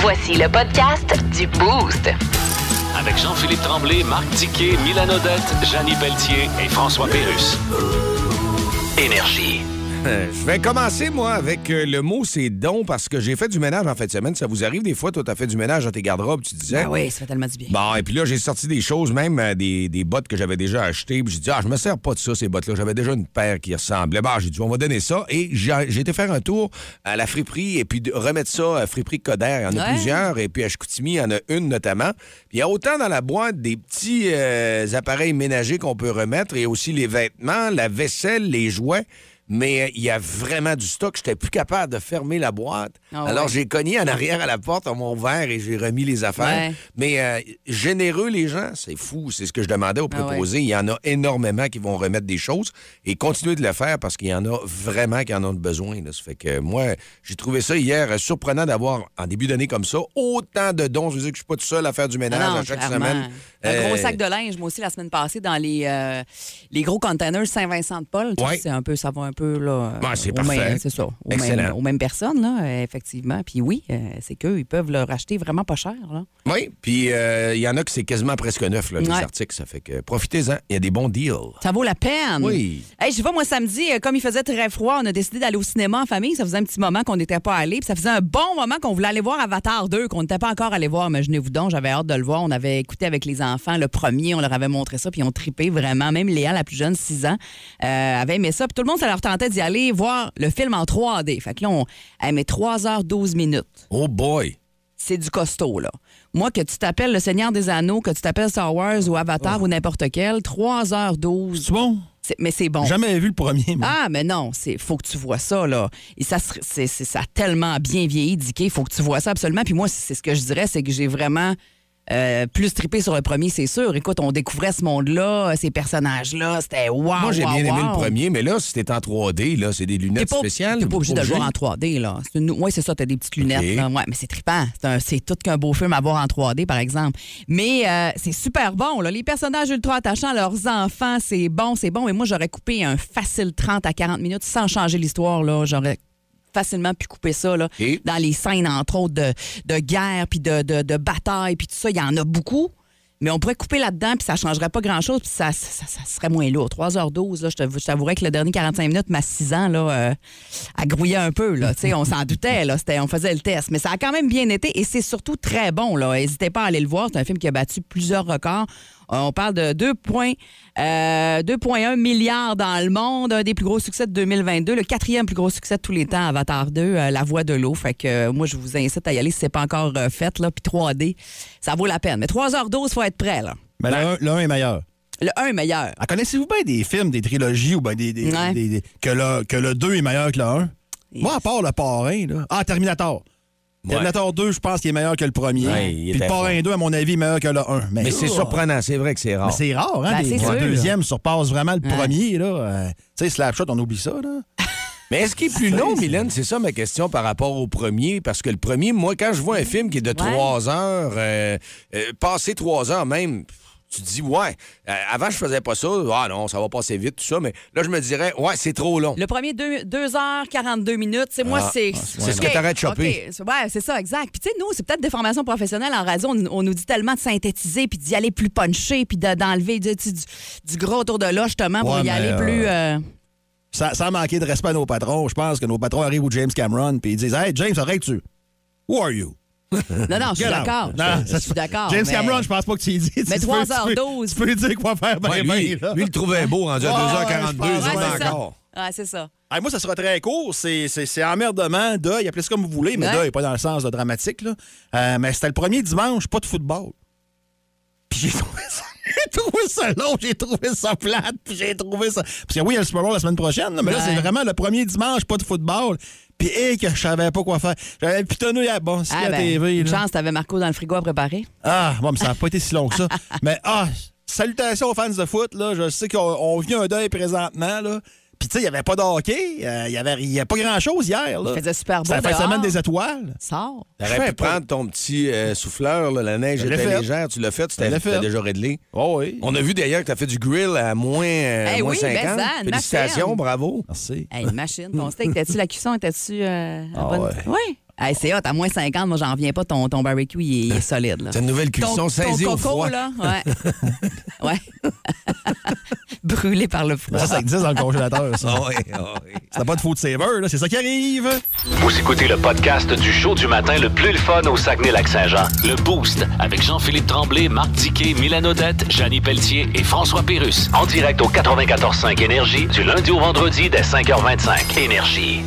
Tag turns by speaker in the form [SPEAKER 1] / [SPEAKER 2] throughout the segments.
[SPEAKER 1] Voici le podcast du Boost.
[SPEAKER 2] Avec Jean-Philippe Tremblay, Marc Tiquet, Milan Odette, Janine Pelletier et François Pérus. Énergie.
[SPEAKER 3] Euh, Je vais commencer, moi, avec euh, le mot c'est don parce que j'ai fait du ménage en fin de semaine. Ça vous arrive des fois, toi, t'as fait du ménage dans tes garde-robes, tu disais.
[SPEAKER 4] Ah oui, ça fait tellement du bien.
[SPEAKER 3] Bon, et puis là, j'ai sorti des choses, même euh, des, des bottes que j'avais déjà achetées. Puis j'ai dit, ah, je me sers pas de ça, ces bottes-là. J'avais déjà une paire qui ressemblait. Bon, j'ai dit, on va donner ça. Et j'ai j'ai été faire un tour à la friperie et puis de- remettre ça à friperie Coderre. Il y en a
[SPEAKER 4] Ouais.
[SPEAKER 3] plusieurs. Et puis à Chicoutimi, il y en a une notamment. Puis il y a autant dans la boîte des petits euh, appareils ménagers qu'on peut remettre et aussi les vêtements, la vaisselle, les jouets. Mais euh, il y a vraiment du stock. J'étais plus capable de fermer la boîte.
[SPEAKER 4] Ah ouais.
[SPEAKER 3] Alors, j'ai cogné en arrière à la porte, on m'a ouvert et j'ai remis les affaires.
[SPEAKER 4] Ouais.
[SPEAKER 3] Mais euh, généreux, les gens, c'est fou. C'est ce que je demandais aux
[SPEAKER 4] Ah ouais.
[SPEAKER 3] préposés. Il y en a énormément qui vont remettre des choses et continuer de le faire parce qu'il y en a vraiment qui en ont besoin. là. Ça fait que moi, j'ai trouvé ça hier euh, surprenant d'avoir, en début d'année comme ça, autant de dons. Je veux dire que je suis pas tout seul à faire du ménage
[SPEAKER 4] Ah non,
[SPEAKER 3] à chaque
[SPEAKER 4] clairement.
[SPEAKER 3] semaine.
[SPEAKER 4] Un gros
[SPEAKER 3] Euh,
[SPEAKER 4] sac de linge, moi aussi, la semaine passée, dans les, euh, les gros containers Saint-Vincent-de-Paul. Tu sais,
[SPEAKER 3] Ouais.
[SPEAKER 4] C'est un peu, ça va un peu, là.
[SPEAKER 3] Ouais, c'est
[SPEAKER 4] aux
[SPEAKER 3] parfait.
[SPEAKER 4] mêmes- C'est ça. Aux
[SPEAKER 3] Excellent.
[SPEAKER 4] mêmes, aux mêmes personnes, là, euh, effectivement. Puis oui, euh, c'est qu'eux, ils peuvent le racheter vraiment pas cher, là.
[SPEAKER 3] Oui, puis euh, il y en a que c'est quasiment presque neuf, là, les
[SPEAKER 4] Ouais.
[SPEAKER 3] articles. Ça fait que profitez-en. Il y a des bons deals.
[SPEAKER 4] Ça vaut la peine.
[SPEAKER 3] Oui.
[SPEAKER 4] Hey, je vais moi samedi, euh, comme il faisait très froid, on a décidé d'aller au cinéma en famille. Ça faisait un petit moment qu'on n'était pas allé. Puis ça faisait un bon moment qu'on voulait aller voir Avatar 2, qu'on n'était pas encore allé voir. Imaginez-vous donc, j'avais hâte de le voir. On avait écouté avec les enfants le premier, on leur avait montré ça, puis ils ont trippé vraiment. Même Léa, la plus jeune, 6 ans, euh, avait aimé ça. Puis tout le monde, ça leur tentait d'y aller voir le film en 3D. Fait que là, on aimait 3h12 minutes
[SPEAKER 3] Oh boy!
[SPEAKER 4] c'est du costaud, là. Moi, que tu t'appelles Le Seigneur des Anneaux, que tu t'appelles Star Wars ou Avatar ou n'importe quel, 3h12.
[SPEAKER 5] C'est bon?
[SPEAKER 4] c'est- Mais c'est bon.
[SPEAKER 5] Jamais vu le premier, moi.
[SPEAKER 4] Ah, mais non, c'est faut que tu vois ça, là. Et ça, se- c'est- c'est- ça a tellement bien vieilli, Dicky, faut que tu vois ça absolument. Puis moi, c'est ce que je dirais, c'est que j'ai vraiment euh, plus trippé sur le premier, c'est sûr. Écoute, on découvrait ce monde-là, ces personnages-là, c'était wow,
[SPEAKER 3] Moi, j'ai
[SPEAKER 4] Ah, wow,
[SPEAKER 3] bien aimé
[SPEAKER 4] wow.
[SPEAKER 3] le premier, mais là, c'était en 3D, là, c'est des
[SPEAKER 4] T'es
[SPEAKER 3] lunettes
[SPEAKER 4] pas,
[SPEAKER 3] spéciales.
[SPEAKER 4] t'es pas obligé de le voir en 3D, là. C'est une- ouais, c'est ça, t'as des petites lunettes,
[SPEAKER 3] Ok.
[SPEAKER 4] là. Ouais, mais c'est trippant. C'est, un- c'est tout qu'un beau film à voir en 3D, par exemple. Mais euh, c'est super bon, là. Les personnages ultra attachants, leurs enfants, c'est bon, c'est bon. Mais moi, j'aurais coupé un facile 30 à 40 minutes sans changer l'histoire, là. J'aurais facilement pu couper ça, là.
[SPEAKER 3] Et-
[SPEAKER 4] Dans les scènes, entre autres, de, de guerre, puis de, de, de bataille, puis tout ça, il y en a beaucoup. Mais on pourrait couper là-dedans, puis ça changerait pas grand-chose, puis ça, ça, ça serait moins lourd. 3h12, là, je t'avou- je t'avouerais que le dernier 45 minutes, ma 6 ans, là, euh, elle grouillait un peu. Là, Tu sais, on s'en doutait, là, c'était- on faisait le test. Mais ça a quand même bien été, et c'est surtout très bon. là. N'hésitez pas à aller le voir. C'est un film qui a battu plusieurs records. Euh, On parle de 2 points, euh, 2,1 milliards dans le monde, un des plus gros succès de 2022, le quatrième plus gros succès de tous les temps, Avatar 2, euh, La Voix de l'eau. Fait que euh, moi, je vous incite à y aller si c'est pas encore euh, fait, là, puis 3D, ça vaut la peine. Mais 3h12, faut être prêt, là. Ben
[SPEAKER 5] Mais le un- le 1 est meilleur.
[SPEAKER 4] Le 1 est meilleur.
[SPEAKER 5] Ah, Connaissez-vous bien des films, des trilogies ou bien des, des-
[SPEAKER 4] Ouais.
[SPEAKER 5] des- des- que, le, que le 2 est meilleur que le 1? Moi, à part le parrain, là. Ah, Terminator. Terminator 2, je pense qu'il est meilleur que le premier.
[SPEAKER 3] Ouais, il
[SPEAKER 5] Puis
[SPEAKER 3] était
[SPEAKER 5] le parrain 2, à mon avis, est meilleur que le 1.
[SPEAKER 3] Mais c'est surprenant, c'est vrai que c'est
[SPEAKER 5] Mais
[SPEAKER 3] rare.
[SPEAKER 5] c'est rare, hein?
[SPEAKER 4] Ben,
[SPEAKER 5] des-
[SPEAKER 4] c'est
[SPEAKER 5] que
[SPEAKER 4] sûr,
[SPEAKER 5] le
[SPEAKER 4] là.
[SPEAKER 5] deuxième surpasse vraiment le
[SPEAKER 4] Ouais.
[SPEAKER 5] premier, là. Euh, tu sais, Slapshot, on oublie ça, là.
[SPEAKER 3] Mais est-ce qu'il est plus long, Mylène? C'est ça ma question par rapport au premier. Parce que le premier, moi, quand je
[SPEAKER 4] Mm-hmm.
[SPEAKER 3] vois un film qui est de trois heures, euh, euh, passer trois heures même, tu te dis, ouais, euh, avant, je faisais pas ça. Ah non, ça va passer vite, tout ça. Mais là, je me dirais, ouais, c'est trop long.
[SPEAKER 4] Le premier 2h42 minutes, c'est moi,
[SPEAKER 3] Ah,
[SPEAKER 4] c'est.
[SPEAKER 3] c'est ce que t'arrêtes de choper.
[SPEAKER 4] OK, c'est- Ouais, c'est ça, exact. Puis tu sais, nous, c'est peut-être des formations professionnelles en radio. On, on nous dit tellement de synthétiser, puis d'y aller plus punché, puis de- d'enlever du, du- du gros autour de là, justement, pour
[SPEAKER 5] Ouais,
[SPEAKER 4] y
[SPEAKER 5] mais,
[SPEAKER 4] aller
[SPEAKER 5] euh,
[SPEAKER 4] plus. euh,
[SPEAKER 5] Sans, sans manquer de respect à nos patrons, je pense que nos patrons arrivent au James Cameron puis ils disent Hey, James, arrête-tu? Who are you?
[SPEAKER 4] Non, non, je suis
[SPEAKER 5] Get out.
[SPEAKER 4] d'accord.
[SPEAKER 5] Non,
[SPEAKER 4] Je je suis d'accord.
[SPEAKER 5] James
[SPEAKER 4] mais-
[SPEAKER 5] Cameron, je pense pas que tu y dis.
[SPEAKER 4] Mais
[SPEAKER 5] Tu peux-
[SPEAKER 4] 3h12.
[SPEAKER 5] Tu peux, tu peux dire quoi faire, ben,
[SPEAKER 3] Ouais,
[SPEAKER 5] ben,
[SPEAKER 3] lui,
[SPEAKER 5] là.
[SPEAKER 3] lui, il le trouvait beau rendu à
[SPEAKER 5] Ouais,
[SPEAKER 3] 2h42,
[SPEAKER 5] ouais,
[SPEAKER 4] Ouais,
[SPEAKER 5] je pense.
[SPEAKER 3] autres
[SPEAKER 4] c'est ça.
[SPEAKER 3] encore.
[SPEAKER 4] Ouais, c'est ça.
[SPEAKER 5] Ah, moi, ça sera très court. C'est, c'est, c'est emmerdement, deuil, appelez ça comme vous voulez, mais
[SPEAKER 4] Ouais.
[SPEAKER 5] deuil, pas dans le sens de dramatique. Là. Euh, mais c'était le premier dimanche, pas de football. Puis j'ai trouvé ça. J'ai trouvé ça long, j'ai trouvé ça plate, puis j'ai trouvé ça. Parce que oui, il y a le Super Bowl la semaine prochaine, là, mais là,
[SPEAKER 4] Ouais.
[SPEAKER 5] c'est vraiment le premier dimanche, pas de football. Puis, hé, que je savais pas quoi faire. J'avais pitonné à bon, c'est
[SPEAKER 4] Ah,
[SPEAKER 5] la
[SPEAKER 4] ben,
[SPEAKER 5] TV.
[SPEAKER 4] une
[SPEAKER 5] là.
[SPEAKER 4] chance, t'avais Marco dans le frigo à préparer.
[SPEAKER 5] Ah, bon, mais ça n'a pas été si long que ça. Mais ah, salutations aux fans de foot. Là. Je sais qu'on on vit un deuil présentement. Là. Puis, tu sais, il n'y avait pas de hockey. euh, Il n'y avait, il y a pas grand-chose hier. Là.
[SPEAKER 4] Il faisait super beau
[SPEAKER 5] Ça fait
[SPEAKER 4] dehors.
[SPEAKER 5] semaine des étoiles.
[SPEAKER 4] Sors.
[SPEAKER 3] T'aurais pu prendre ton petit euh, souffleur, là, la neige
[SPEAKER 5] Je l'ai
[SPEAKER 3] était
[SPEAKER 5] fait.
[SPEAKER 3] légère, tu l'as fait, tu t'as
[SPEAKER 5] Je l'ai fait.
[SPEAKER 3] t'as déjà réglé.
[SPEAKER 5] Oh oui.
[SPEAKER 3] On a vu d'ailleurs que t'as fait du grill à moins, euh,
[SPEAKER 4] Eh
[SPEAKER 3] moins
[SPEAKER 4] oui,
[SPEAKER 3] 50.
[SPEAKER 4] ben ça, ma
[SPEAKER 3] Félicitations,
[SPEAKER 4] ferme.
[SPEAKER 3] bravo.
[SPEAKER 5] Merci.
[SPEAKER 4] Hey, machine, ton steak, t'as-tu la cuisson? T'as-tu. euh, la
[SPEAKER 5] Ah
[SPEAKER 4] bonne-
[SPEAKER 5] ouais.
[SPEAKER 4] Oui. Hey, c'est hot, à moins 50, moi, j'en reviens pas. Ton, ton barbecue, il est, il est solide. Là.
[SPEAKER 3] C'est une nouvelle
[SPEAKER 4] Ton-
[SPEAKER 3] cuisson
[SPEAKER 4] ton
[SPEAKER 3] saisie au
[SPEAKER 4] coco,
[SPEAKER 3] froid.
[SPEAKER 4] là, ouais. ouais. Brûlé par le froid.
[SPEAKER 5] Ça, ça existe dans le congélateur, ça.
[SPEAKER 3] Ah oui, ah oui.
[SPEAKER 5] C'était pas de food saver, là. C'est ça qui arrive.
[SPEAKER 2] Vous écoutez le podcast du show du matin le plus le fun au Saguenay-Lac-Saint-Jean. Le Boost avec Jean-Philippe Tremblay, Marc Diquet, Milan Odette, Janine Pelletier et François Pérus. En direct au 94.5 Énergie du lundi au vendredi dès 5h25. Énergie.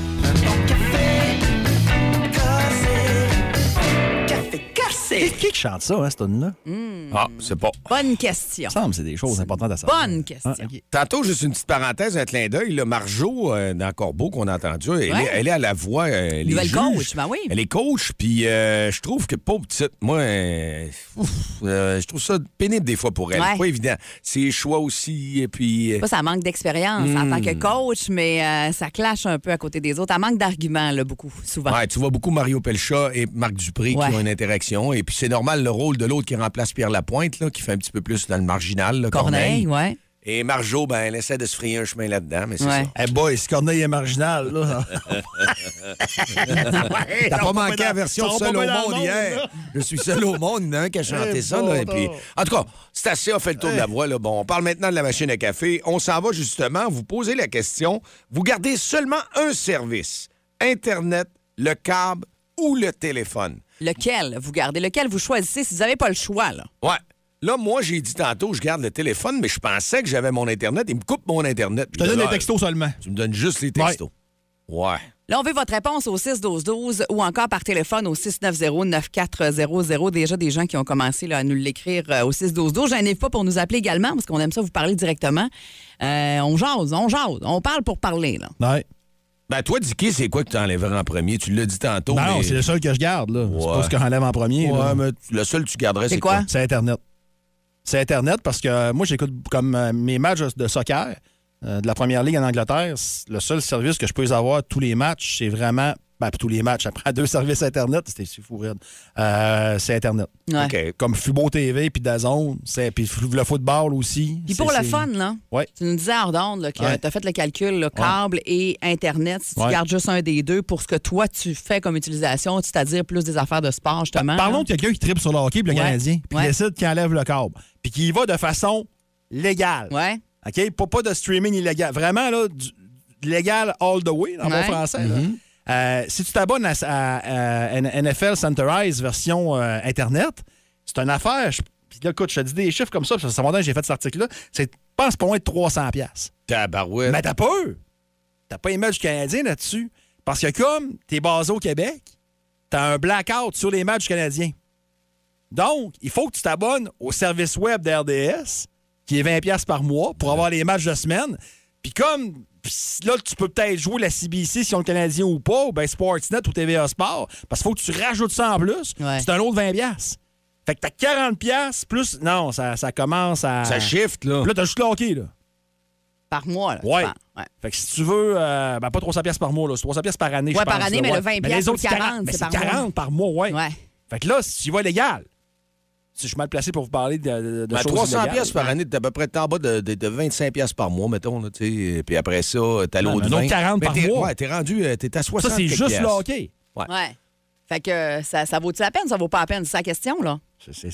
[SPEAKER 5] C'est qui qui chante ça, hein, cette tune-là?
[SPEAKER 4] Mm.
[SPEAKER 3] Ah, c'est pas.
[SPEAKER 4] Bonne question.
[SPEAKER 5] Il me semble que c'est des choses importantes à savoir.
[SPEAKER 4] Bonne question.
[SPEAKER 5] Ah, ok.
[SPEAKER 3] Tantôt, juste une petite parenthèse, un clin d'œil. là, Marjo, euh, dans Corbeau, qu'on a entendu, elle,
[SPEAKER 4] Ouais.
[SPEAKER 3] est, elle est à la voix. euh, elle est
[SPEAKER 4] Nouvelle
[SPEAKER 3] juge.
[SPEAKER 4] coach, ben oui.
[SPEAKER 3] Elle est coach, puis euh, je trouve que pauvre petite, moi, euh, ouf, euh, je trouve ça pénible des fois pour elle.
[SPEAKER 4] Ouais.
[SPEAKER 3] Pas évident. Ses choix aussi, et puis. euh,
[SPEAKER 4] Moi, ça manque d'expérience en tant que
[SPEAKER 3] Hmm.
[SPEAKER 4] coach, mais euh, ça clash un peu à côté des autres. Ça manque d'arguments, là, beaucoup, souvent.
[SPEAKER 3] ouais, tu vois beaucoup Mario Pelcha et Marc Dupré
[SPEAKER 4] Ouais.
[SPEAKER 3] qui ont une interaction. Et puis c'est normal le rôle de l'autre qui remplace Pierre Lapointe, là, qui fait un petit peu plus dans le marginal, là,
[SPEAKER 4] Corneille,
[SPEAKER 3] Corneille.
[SPEAKER 4] ouais.
[SPEAKER 3] Et Marjo, ben, elle essaie de se frayer un chemin là-dedans, mais c'est
[SPEAKER 4] Ouais.
[SPEAKER 3] ça.
[SPEAKER 5] Eh boy, ce corneille est marginal, là.
[SPEAKER 3] T'as pas
[SPEAKER 5] on va
[SPEAKER 3] manqué
[SPEAKER 5] pas
[SPEAKER 3] la
[SPEAKER 5] dans- on
[SPEAKER 3] version
[SPEAKER 5] va
[SPEAKER 3] Seul
[SPEAKER 5] pas
[SPEAKER 3] au
[SPEAKER 5] dans le
[SPEAKER 3] monde
[SPEAKER 5] monde,
[SPEAKER 3] hier.
[SPEAKER 5] là.
[SPEAKER 3] Je suis seul au monde, il y en a un qui a chanté
[SPEAKER 5] Eh,
[SPEAKER 3] ça. là, et
[SPEAKER 5] bon,
[SPEAKER 3] puis...
[SPEAKER 5] bon. Eh.
[SPEAKER 3] En tout cas, c'est assez, on fait le tour de la voix. Là. Bon, on parle maintenant de la machine à café. On s'en va justement, vous posez la question. Vous gardez seulement un service, Internet, le câble ou le téléphone.
[SPEAKER 4] Lequel vous gardez? Lequel vous choisissez si vous n'avez pas le choix, là?
[SPEAKER 3] Ouais. Là, moi, j'ai dit tantôt, je garde le téléphone, mais je pensais que j'avais mon Internet. Il me coupe mon Internet.
[SPEAKER 5] Je te donne des textos seulement.
[SPEAKER 3] Tu me donnes juste les textos. Ouais.
[SPEAKER 4] Là, on veut votre réponse au 6-12-12 ou encore par téléphone au 690-9400. Déjà des gens qui ont commencé là, à nous l'écrire euh, au 6-12-12. J'en ai pas pour nous appeler également parce qu'on aime ça vous parler directement. Euh, on jase, on jase, on parle pour parler. Là.
[SPEAKER 5] Ouais.
[SPEAKER 3] Ben, toi, Dicky, c'est quoi que tu enlèverais en premier? Tu l'as dit tantôt.
[SPEAKER 5] Ben Non,
[SPEAKER 3] mais-
[SPEAKER 5] c'est le seul que je garde, là. C'est
[SPEAKER 3] Ouais.
[SPEAKER 5] pas ce que j'enlève en premier. là.
[SPEAKER 3] Oh Ouais, mais le seul que tu garderais,
[SPEAKER 4] C'est
[SPEAKER 3] c'est
[SPEAKER 4] quoi?
[SPEAKER 3] quoi?
[SPEAKER 5] C'est Internet. C'est Internet parce que euh, moi, j'écoute comme euh, mes matchs de soccer euh, de la première ligue en Angleterre. c- Le seul service que je peux avoir tous les matchs, c'est vraiment. Ben, pas tous les matchs. Après deux services Internet, c'était c'est fou, raide. Euh, c'est Internet.
[SPEAKER 4] Ouais.
[SPEAKER 3] OK.
[SPEAKER 5] Comme Fubo TV, puis Dazone, c'est- puis f- le football aussi.
[SPEAKER 4] Puis
[SPEAKER 5] C'est-
[SPEAKER 4] pour le
[SPEAKER 5] c'est-
[SPEAKER 4] fun, là,
[SPEAKER 5] Ouais.
[SPEAKER 4] tu nous disais hors d'onde là, que
[SPEAKER 5] Ouais.
[SPEAKER 4] tu as fait le calcul, le câble et Internet. Si tu
[SPEAKER 5] Ouais.
[SPEAKER 4] gardes juste un des deux pour ce que toi, tu fais comme utilisation, c'est-à-dire plus des affaires de sport, justement.
[SPEAKER 5] Parlons
[SPEAKER 4] là.
[SPEAKER 5] de quelqu'un qui tripe sur le hockey, puis le
[SPEAKER 4] Ouais.
[SPEAKER 5] Canadien, puis
[SPEAKER 4] Ouais.
[SPEAKER 5] qui décide qu'il enlève le câble, puis qui y va de façon légale.
[SPEAKER 4] Ouais.
[SPEAKER 5] OK? Pas, pas de streaming illégal. Vraiment, là, du- du légal all the way, en
[SPEAKER 4] Ouais.
[SPEAKER 5] bon français. là. Euh, si tu t'abonnes à, à- à N- NFL Centerize version euh, Internet, c'est une affaire. je- Puis là, écoute, je te dis des chiffres comme ça, parce que ça fait longtemps que j'ai fait cet article-là. C'est, je pense, pas loin de 300$. piastres.
[SPEAKER 3] Tabarouette.
[SPEAKER 5] Mais t'as peur! T'as pas image du Canadien là-dessus. Parce que comme t'es basé au Québec, t'as un blackout sur les matchs canadiens. Donc, il faut que tu t'abonnes au service web d'RDS, qui est 20$ par mois, pour avoir les matchs de semaine. Puis comme pis là, tu peux peut-être jouer la CBC si on le Canadien ou pas, ou bien Sportsnet ou TVA Sport, parce qu'il faut que tu rajoutes ça en plus,
[SPEAKER 4] Ouais.
[SPEAKER 5] c'est un autre 20$. Fait que t'as 40$ plus... Non, ça, ça commence à...
[SPEAKER 3] Ça shift, là.
[SPEAKER 5] Puis Ben, euh, Là, t'as juste le hockey, là.
[SPEAKER 4] Par mois, là. tu
[SPEAKER 5] Ouais.
[SPEAKER 4] parles. ouais.
[SPEAKER 5] Fait que si tu veux, euh, ben pas 300 pièces par mois, là, c'est 300 pièces par année,
[SPEAKER 4] Ouais,
[SPEAKER 5] je pense.
[SPEAKER 4] par année,
[SPEAKER 5] là,
[SPEAKER 4] mais
[SPEAKER 5] ouais.
[SPEAKER 4] le 20
[SPEAKER 5] Mais les autres,
[SPEAKER 4] piastres, c'est 40,
[SPEAKER 5] mais
[SPEAKER 4] c'est
[SPEAKER 5] c'est
[SPEAKER 4] par mois.
[SPEAKER 5] 40 par mois, ouais.
[SPEAKER 4] Ouais.
[SPEAKER 5] Fait que là, si tu vas légal, si je suis mal placé pour vous parler de, de, de
[SPEAKER 3] Ben,
[SPEAKER 5] choses
[SPEAKER 3] 300
[SPEAKER 5] illégales.
[SPEAKER 3] pièces par année, t'es à peu près t'es en bas de, de- de 25 pièces par mois, mettons. Là, tu sais. puis après ça, t'as
[SPEAKER 5] Ouais,
[SPEAKER 3] l'autre
[SPEAKER 5] un autre 40 par
[SPEAKER 3] t'es-
[SPEAKER 5] mois.
[SPEAKER 3] Ouais, t'es rendu, euh, t'es à 60
[SPEAKER 5] Ça, c'est juste
[SPEAKER 3] piastres.
[SPEAKER 5] le hockey.
[SPEAKER 4] Ouais. Fait que euh, ça, ça vaut-tu la peine? Ça vaut pas la peine? C'est sa question, là.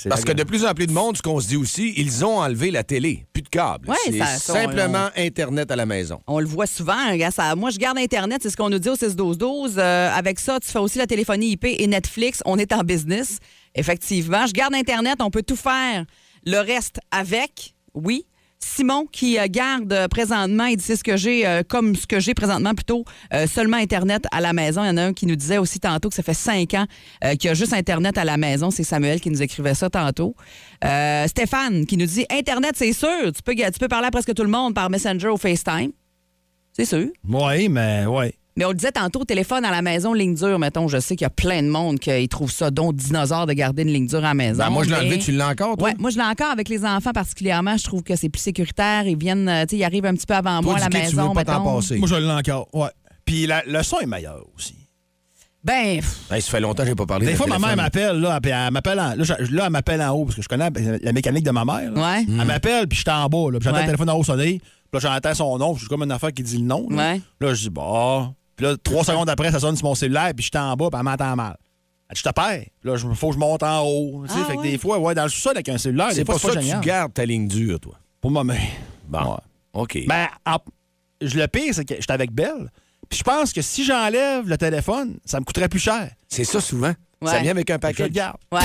[SPEAKER 3] Parce que de plus en plus de monde, ce qu'on se dit aussi, ils ont enlevé la télé. Plus de câble.
[SPEAKER 4] Ouais,
[SPEAKER 3] c'est
[SPEAKER 4] ça- ça, on-
[SPEAKER 3] simplement Internet à la maison.
[SPEAKER 4] On le voit souvent. hein, gars, ça- moi, je garde Internet, c'est ce qu'on nous dit au 6-12-12. Euh, avec ça, tu fais aussi la téléphonie IP et Netflix. On est en business. Effectivement, je garde Internet, on peut tout faire. Le reste avec, oui. Simon, qui euh, garde euh, présentement, il dit c'est ce que j'ai, euh, comme ce que j'ai présentement plutôt, euh, seulement Internet à la maison. Il y en a un qui nous disait aussi tantôt que ça fait cinq ans euh, qu'il y a juste Internet à la maison. C'est Samuel qui nous écrivait ça tantôt. Euh, Stéphane, qui nous dit Internet, c'est sûr, tu peux, tu peux parler à presque tout le monde par Messenger ou FaceTime. C'est sûr.
[SPEAKER 5] Oui, mais ouais.
[SPEAKER 4] Mais on le disait tantôt, téléphone à la maison, ligne dure, mettons. Je sais qu'il y a plein de monde qui trouve ça, dont dinosaure, de garder une ligne dure à la maison.
[SPEAKER 3] Ben, moi, je l'ai
[SPEAKER 4] mais-
[SPEAKER 3] enlevé, tu l'as encore, toi?
[SPEAKER 4] Ouais, moi, je l'ai encore avec les enfants particulièrement. Je trouve que c'est plus sécuritaire. Ils viennent, euh, tu sais, ils arrivent un petit peu avant
[SPEAKER 3] Toi,
[SPEAKER 4] moi à la
[SPEAKER 3] Dicky, tu
[SPEAKER 4] maison.
[SPEAKER 3] veux pas
[SPEAKER 4] mettons.
[SPEAKER 3] t'en passer.
[SPEAKER 5] Moi, je l'ai encore, ouais. Puis la- le son est meilleur aussi.
[SPEAKER 4] Ben, pff,
[SPEAKER 3] Hey, ça fait longtemps que j'ai pas parlé.
[SPEAKER 5] Des
[SPEAKER 3] de
[SPEAKER 5] fois, ma mère
[SPEAKER 3] téléphone.
[SPEAKER 5] m'appelle, là, puis elle m'appelle en, là, je- là, elle m'appelle en haut, parce que je connais la- la mécanique de ma mère. là.
[SPEAKER 4] Ouais.
[SPEAKER 5] Elle m'appelle, puis je suis en bas, là, puis j'entends
[SPEAKER 4] Ouais.
[SPEAKER 5] le téléphone en haut sonner, puis là, j'entends son nom, puis j'ai comme une affaire qui dit le nom. Là,
[SPEAKER 4] Ouais.
[SPEAKER 5] Là, je dis, bah. Puis là, trois secondes après, ça sonne sur mon cellulaire, puis j'étais en bas, puis elle m'entend mal. Elle dit, je te perds. Puis là, il faut que je monte en haut. tu sais.
[SPEAKER 4] Ah,
[SPEAKER 5] fait que
[SPEAKER 4] ouais.
[SPEAKER 5] des fois, ouais, dans le sous-sol avec un cellulaire,
[SPEAKER 3] C'est
[SPEAKER 5] des fois,
[SPEAKER 3] pour ça que
[SPEAKER 5] génial.
[SPEAKER 3] tu gardes ta ligne dure, toi.
[SPEAKER 5] Pour ma mère.
[SPEAKER 3] Bon.
[SPEAKER 5] Ouais.
[SPEAKER 3] OK.
[SPEAKER 5] Ben, en- je- le pire, c'est que j'étais avec Belle, puis je pense que si j'enlève le téléphone, ça me coûterait plus cher.
[SPEAKER 3] c'est ça, souvent. Ça
[SPEAKER 4] Ouais.
[SPEAKER 3] vient avec un
[SPEAKER 5] Je
[SPEAKER 3] paquet.
[SPEAKER 5] le garde.
[SPEAKER 4] ouais.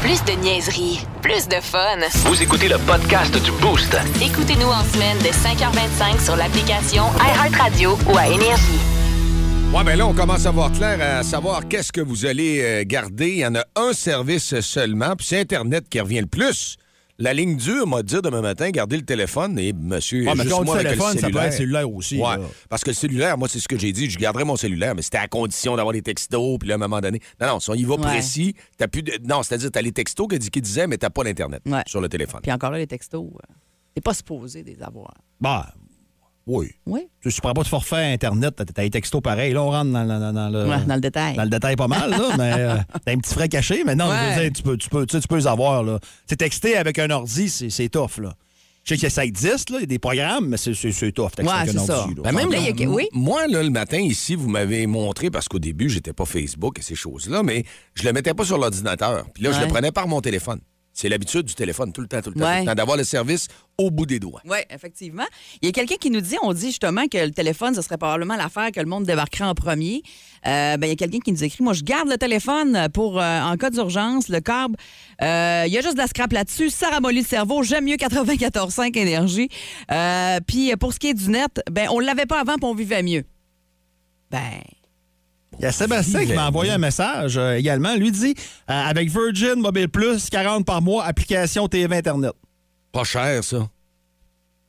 [SPEAKER 1] Plus de niaiserie, plus de fun.
[SPEAKER 2] Vous écoutez le podcast du Boost.
[SPEAKER 1] Écoutez-nous en semaine de 5h25 sur l'application iHeartRadio ou à Énergie.
[SPEAKER 3] Ouais, ben là, on commence à voir clair, à savoir qu'est-ce que vous allez euh, garder. Il y en a un service seulement, puis c'est Internet qui revient le plus. La ligne dure m'a dit demain matin, gardez le téléphone et monsieur,
[SPEAKER 5] Ouais, Ah, mais
[SPEAKER 3] juste
[SPEAKER 5] quand on dit
[SPEAKER 3] moi avec
[SPEAKER 5] téléphone,
[SPEAKER 3] le
[SPEAKER 5] ça peut
[SPEAKER 3] cellulaire.
[SPEAKER 5] être cellulaire aussi,
[SPEAKER 3] Ouais,
[SPEAKER 5] là.
[SPEAKER 3] parce que le cellulaire, moi, c'est ce que j'ai dit, je garderai mon cellulaire, mais c'était à condition d'avoir des textos, puis là, à un moment donné... Non, non, si on y va
[SPEAKER 4] Ouais.
[SPEAKER 3] précis, t'as plus de... Non, c'est-à-dire, t'as les textos que Dicky disait, mais t'as pas l'Internet
[SPEAKER 4] Ouais.
[SPEAKER 3] sur le téléphone.
[SPEAKER 4] Puis encore là, les textos, euh, t'es pas supposé les avoir.
[SPEAKER 5] Bah, oui.
[SPEAKER 4] Oui.
[SPEAKER 5] Tu ne prends pas de forfait à Internet, t'as- t'as les textos pareils. Là, on rentre dans, dans- dans- dans le,
[SPEAKER 4] Ouais, dans le détail.
[SPEAKER 5] dans le détail pas mal, là, mais euh, t'as un petit frais caché. Mais non, je veux
[SPEAKER 4] Ouais.
[SPEAKER 5] dire, tu, peux, tu, peux, tu, sais, tu peux les avoir. Là. C'est texté avec un ordi, c'est, c'est tough. Là. Je sais que ça existe, là, il y a des programmes, mais c'est, c'est, c'est tough, texter
[SPEAKER 4] Ouais,
[SPEAKER 5] avec
[SPEAKER 4] c'est
[SPEAKER 5] un
[SPEAKER 4] ça.
[SPEAKER 5] ordi. là.
[SPEAKER 3] Ben,
[SPEAKER 4] Là,
[SPEAKER 3] même
[SPEAKER 4] il y a
[SPEAKER 3] là,
[SPEAKER 4] que- oui.
[SPEAKER 3] Moi, là, le matin, ici, vous m'avez montré, parce qu'au début, j'étais pas Facebook et ces choses-là, mais je le mettais pas sur l'ordinateur. Puis là, je
[SPEAKER 4] Ouais.
[SPEAKER 3] le prenais par mon téléphone. C'est l'habitude du téléphone, tout le temps, tout le temps,
[SPEAKER 4] Ouais.
[SPEAKER 3] tout le temps, d'avoir le service au bout des doigts.
[SPEAKER 4] Oui, effectivement. Il y a quelqu'un qui nous dit, on dit justement que le téléphone, ce serait probablement l'affaire que le monde débarquerait en premier. Euh, ben, il y a quelqu'un qui nous écrit, moi, je garde le téléphone pour euh, en cas d'urgence, le câble. Euh, Il y a juste de la scrap là-dessus, ça ramollit le cerveau, j'aime mieux 94.5 énergie. Euh, puis euh, pour ce qui est du net, ben, on l'avait pas avant, puis on vivait mieux. Ben,
[SPEAKER 5] Il y a Sébastien qui m'a envoyé un message euh, également. Lui dit euh, avec Virgin Mobile Plus, 40 par mois, application TV Internet.
[SPEAKER 3] Pas cher, ça.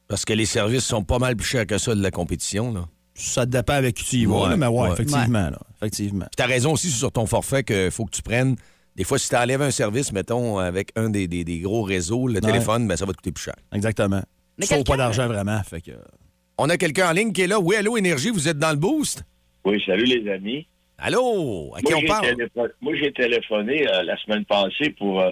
[SPEAKER 3] Parce que les services sont pas mal plus chers que ça de la compétition, là.
[SPEAKER 5] Ça dépend avec qui tu y vas,
[SPEAKER 3] Ouais,
[SPEAKER 5] là, mais ouais,
[SPEAKER 3] ouais.
[SPEAKER 5] effectivement. là, effectivement.
[SPEAKER 3] Puis t'as raison aussi sur ton forfait qu'il faut que tu prennes. Des fois, si t'enlèves un service, mettons, avec un des, des- des gros réseaux, le téléphone, ben, ça va te coûter plus cher.
[SPEAKER 5] Exactement.
[SPEAKER 4] Mais
[SPEAKER 5] Sauf
[SPEAKER 4] quelqu'un-
[SPEAKER 5] pas d'argent vraiment. Fait que...
[SPEAKER 3] On a quelqu'un en ligne qui est là. Oui, allô, Énergie, vous êtes dans le boost?
[SPEAKER 6] Oui, salut les amis.
[SPEAKER 3] Allô? À qui
[SPEAKER 6] Moi,
[SPEAKER 3] on
[SPEAKER 6] j'ai
[SPEAKER 3] parle?
[SPEAKER 6] télépho- Moi, j'ai téléphoné euh, la semaine passée pour euh,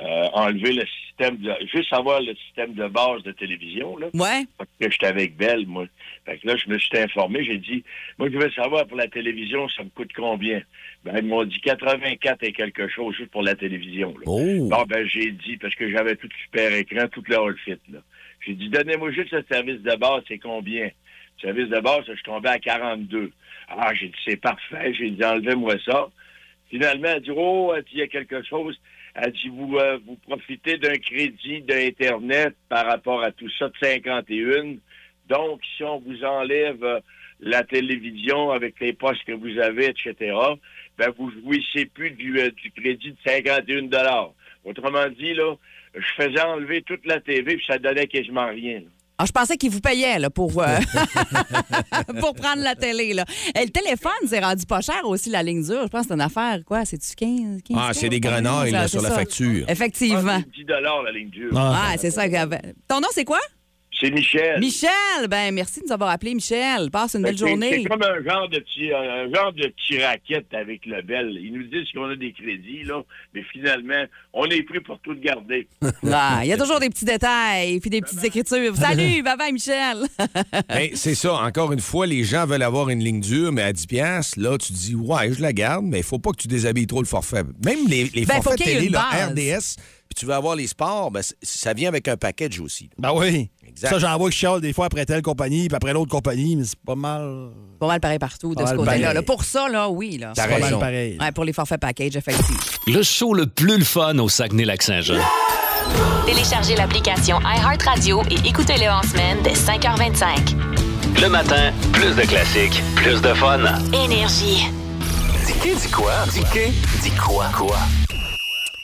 [SPEAKER 6] euh, enlever le système, de, juste avoir le système de base de télévision, là,
[SPEAKER 4] ouais.
[SPEAKER 6] parce que j'étais avec Belle, moi. Fait que là, je me suis informé, j'ai dit, moi, je veux savoir pour la télévision, ça me coûte combien? Ben, ils m'ont dit 84 et quelque chose juste pour la télévision, là.
[SPEAKER 3] Oh!
[SPEAKER 6] Bon, ben, j'ai dit, parce que j'avais tout le super écran, tout le all fit, là. J'ai dit, donnez-moi juste le service de base, c'est combien? Le service de base, je suis tombé à 42. Ah, j'ai dit, c'est parfait. J'ai dit, enlevez-moi ça. Finalement, elle dit, oh, elle dit, il y a quelque chose. Elle dit, vous, euh, vous profitez d'un crédit d'Internet par rapport à tout ça de 51. Donc, si on vous enlève euh, la télévision avec les postes que vous avez, etc., ben, vous jouissez plus du, euh, du crédit de 51 Autrement dit, là, je faisais enlever toute la TV, puis ça donnait quasiment rien. là.
[SPEAKER 4] Ah, je pensais qu'ils vous payaient là, pour, euh, pour prendre la télé. Là. Et le téléphone, c'est rendu pas cher aussi, la ligne dure. Je pense que c'est une affaire, quoi? C'est-tu 15, 15
[SPEAKER 3] Ah, c'est des
[SPEAKER 4] 15,
[SPEAKER 3] grenades
[SPEAKER 4] là,
[SPEAKER 3] là,
[SPEAKER 4] c'est
[SPEAKER 3] sur la
[SPEAKER 4] ça.
[SPEAKER 3] facture.
[SPEAKER 4] Effectivement.
[SPEAKER 6] 10 la ligne dure.
[SPEAKER 4] Ah, c'est ça. que- Ton nom, c'est quoi?
[SPEAKER 6] C'est Michel.
[SPEAKER 4] Michel! Ben, merci de nous avoir appelé, Michel. Passe une
[SPEAKER 6] Fait
[SPEAKER 4] belle
[SPEAKER 6] que Euh. Ben, c'est- C'est
[SPEAKER 4] journée.
[SPEAKER 6] comme un genre de petit, un genre de petit racket avec le bel. Ils nous disent qu'on a des crédits, là, mais finalement, on est pris pour tout garder.
[SPEAKER 4] Ah, Il y a toujours des petits détails puis des petites écritures. Salut! Bye-bye, Michel!
[SPEAKER 3] Ben, c'est ça. Encore une fois, les gens veulent avoir une ligne dure, mais à 10 piastres, là, tu dis, ouais, je la garde, mais il faut pas que tu déshabilles trop le forfait. Même les, les
[SPEAKER 4] Ben, faut
[SPEAKER 3] forfaits
[SPEAKER 4] qu'il y ait
[SPEAKER 3] télé,
[SPEAKER 4] une
[SPEAKER 3] là,
[SPEAKER 4] base.
[SPEAKER 3] RDS, puis tu veux avoir les sports, ben, c- ça vient avec un package aussi. là.
[SPEAKER 5] Ben oui.
[SPEAKER 3] Exact.
[SPEAKER 5] Ça, j'en vois que je chiale des fois après telle compagnie, puis après l'autre compagnie, mais c'est pas mal.
[SPEAKER 4] Pas mal pareil partout de
[SPEAKER 5] Pas
[SPEAKER 4] ce
[SPEAKER 5] mal
[SPEAKER 4] côté-là.
[SPEAKER 5] pareil.
[SPEAKER 4] là. Pour ça, là, oui. Là.
[SPEAKER 3] T'as
[SPEAKER 5] Pas mal
[SPEAKER 3] raison.
[SPEAKER 5] pareil.
[SPEAKER 4] Ouais, pour les forfaits package, effectivement.
[SPEAKER 2] Le show le plus le fun au Saguenay-Lac-Saint-Jean.
[SPEAKER 1] Téléchargez l'application iHeartRadio et écoutez-le en semaine dès 5h25.
[SPEAKER 2] Le matin, plus de classiques, plus de fun.
[SPEAKER 1] Énergie.
[SPEAKER 2] Dis-qui, dis quoi? Dis-qui, dis quoi? Quoi?